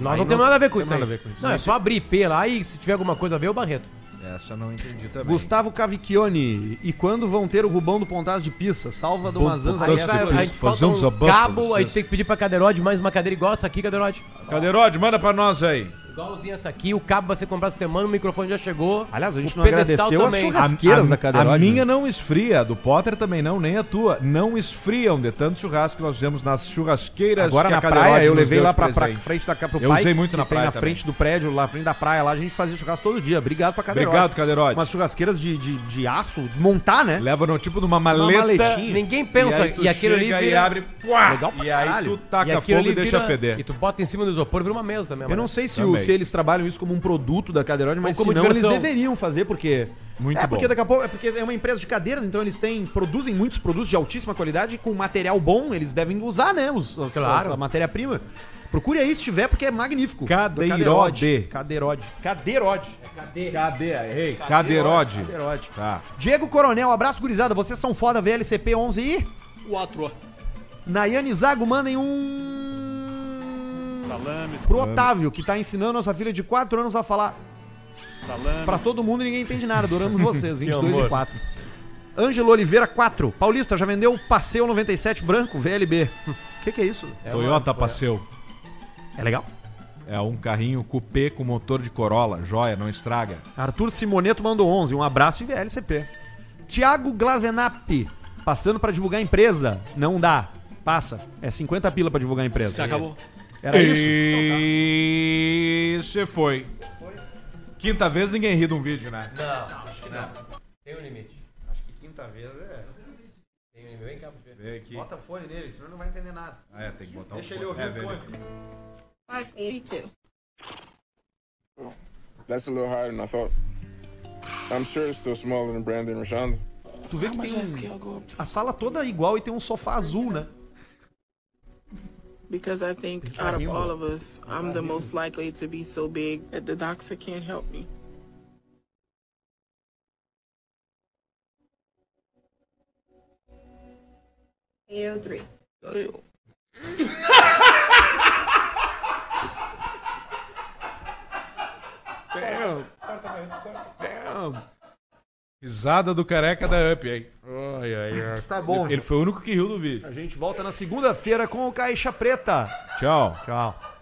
D: Nós
A: Aí
D: não temos
A: nós-
D: nada a ver com
A: temos
D: isso. aí.
A: nada a ver com isso.
D: Não, é só abrir IP lá e se tiver alguma coisa a ver, o Barreto.
B: Essa eu não entendi também.
A: Gustavo Cavicchione, e quando vão ter o Rubão do Pontas de Pissa? Salva do
B: Bom,
A: Mazanza
B: Pontas
A: Guerra.
B: de
D: a gente falta
B: fazer um
D: um
B: desabafo pra
D: cabo, a
B: vocês.
D: gente tem que pedir pra Cadeirode mais uma cadeira igual essa aqui, Cadeirode.
B: Cadeirode, manda pra nós aí.
D: Igualzinha essa aqui, o cabo vai ser comprado essa semana, o microfone já chegou.
A: Aliás, a gente
D: o
A: não
D: pedestal
A: agradeceu as
D: também.
A: churrasqueiras
B: a,
A: da né? cadeira.
B: A minha não esfria, a do Potter também não, nem a tua. Não esfriam de tanto churrasco que nós fizemos nas churrasqueiras.
A: Agora
B: que é a
A: na
B: Cadeirode
A: praia, eu
B: nos
A: levei
B: deu
A: lá
B: de
A: pra, pra
B: presente.
A: frente da casa pro
B: Eu
A: pai,
B: usei muito
A: que
B: na
A: tem
B: praia
A: na
B: também.
A: frente do prédio, lá na frente da praia, lá a gente fazia churrasco todo dia. Obrigado pra Cadeirode.
B: Obrigado, Cadeirode.
A: Umas churrasqueiras de, de, de aço, montar, né?
B: Leva no tipo de uma maleta.
A: maletinha.
D: Ninguém pensa, e,
B: tu
D: aquilo ali
B: chega
D: vira...
B: e abre. puá,
A: Legal pra
B: e aí
A: caralho.
B: tu taca
D: aquilo
B: fogo e
D: ali
B: deixa
D: vira-
B: feder.
D: E tu bota em cima do isopor, vira uma mesa também.
A: Eu
D: mano.
A: não sei se,
B: Também.
A: o- se eles trabalham isso como um produto da Cadeirode, mas se
D: como
A: não,
D: diversão.
A: eles deveriam fazer, porque.
B: Muito
A: é, porque
B: bom.
A: daqui a pouco. É porque é uma empresa de cadeiras, então eles têm. produzem muitos produtos de altíssima qualidade, com material bom, eles devem usar, né? Os, as-
D: Claro.
A: as- a matéria-prima. Procure aí se tiver, porque é magnífico.
B: Cadeirode.
A: Cadeirode. Cadeirode.
D: Cadê?
B: Cadê? Errei. Cadeirode.
A: Cadeirode.
B: Tá.
A: Diego Coronel, abraço gurizada. Vocês são foda, VLCP 11 e.
M: Quatro.
A: Nayane Zago, mandem um. Pro Otávio, que tá ensinando nossa filha de 4 anos a falar. Pra todo mundo e ninguém entende nada. Adoramos vocês, 22 e
D: amor.
A: 4. Ângelo Oliveira, 4. Paulista, já vendeu o Passeio 97 branco, VLB. O que, que é isso?
B: Toyota Passeu.
A: É legal?
B: É um carrinho coupé com motor de Corolla. Joia, não estraga.
A: Arthur Simoneto mandou 11. Um abraço e VLCP. Tiago Glazenap, passando pra divulgar a empresa. Não dá. Passa. É 50 pila pra divulgar a empresa.
M: Se acabou.
B: É
A: Era isso?
B: E você foi. Quinta vez ninguém ri de um vídeo, né?
D: Tem um limite.
A: Quinta vez é.
D: Tem um limite. Vem cá, pra ver.
B: Vem aqui.
A: Bota fone nele, senão não vai entender nada.
B: Ah, é, tem que botar
A: Deixa
B: um
A: ele ouvir
B: é,
A: o
B: velho.
A: fone.
K: That's a little higher than I thought. I'm sure it's still smaller than Brandon Rashonda.
A: Tu vê que tem um... A sala toda é igual e tem um sofá azul, né?
I: Because I think out of all of us, I'm the most likely to be so big that the doctor can't help me.
B: Risada do careca da Up, hein?
A: Tá bom.
B: Ele foi o único que riu do vídeo.
A: A gente volta na segunda-feira com o Caixa Preta.
B: Tchau.
A: Tchau.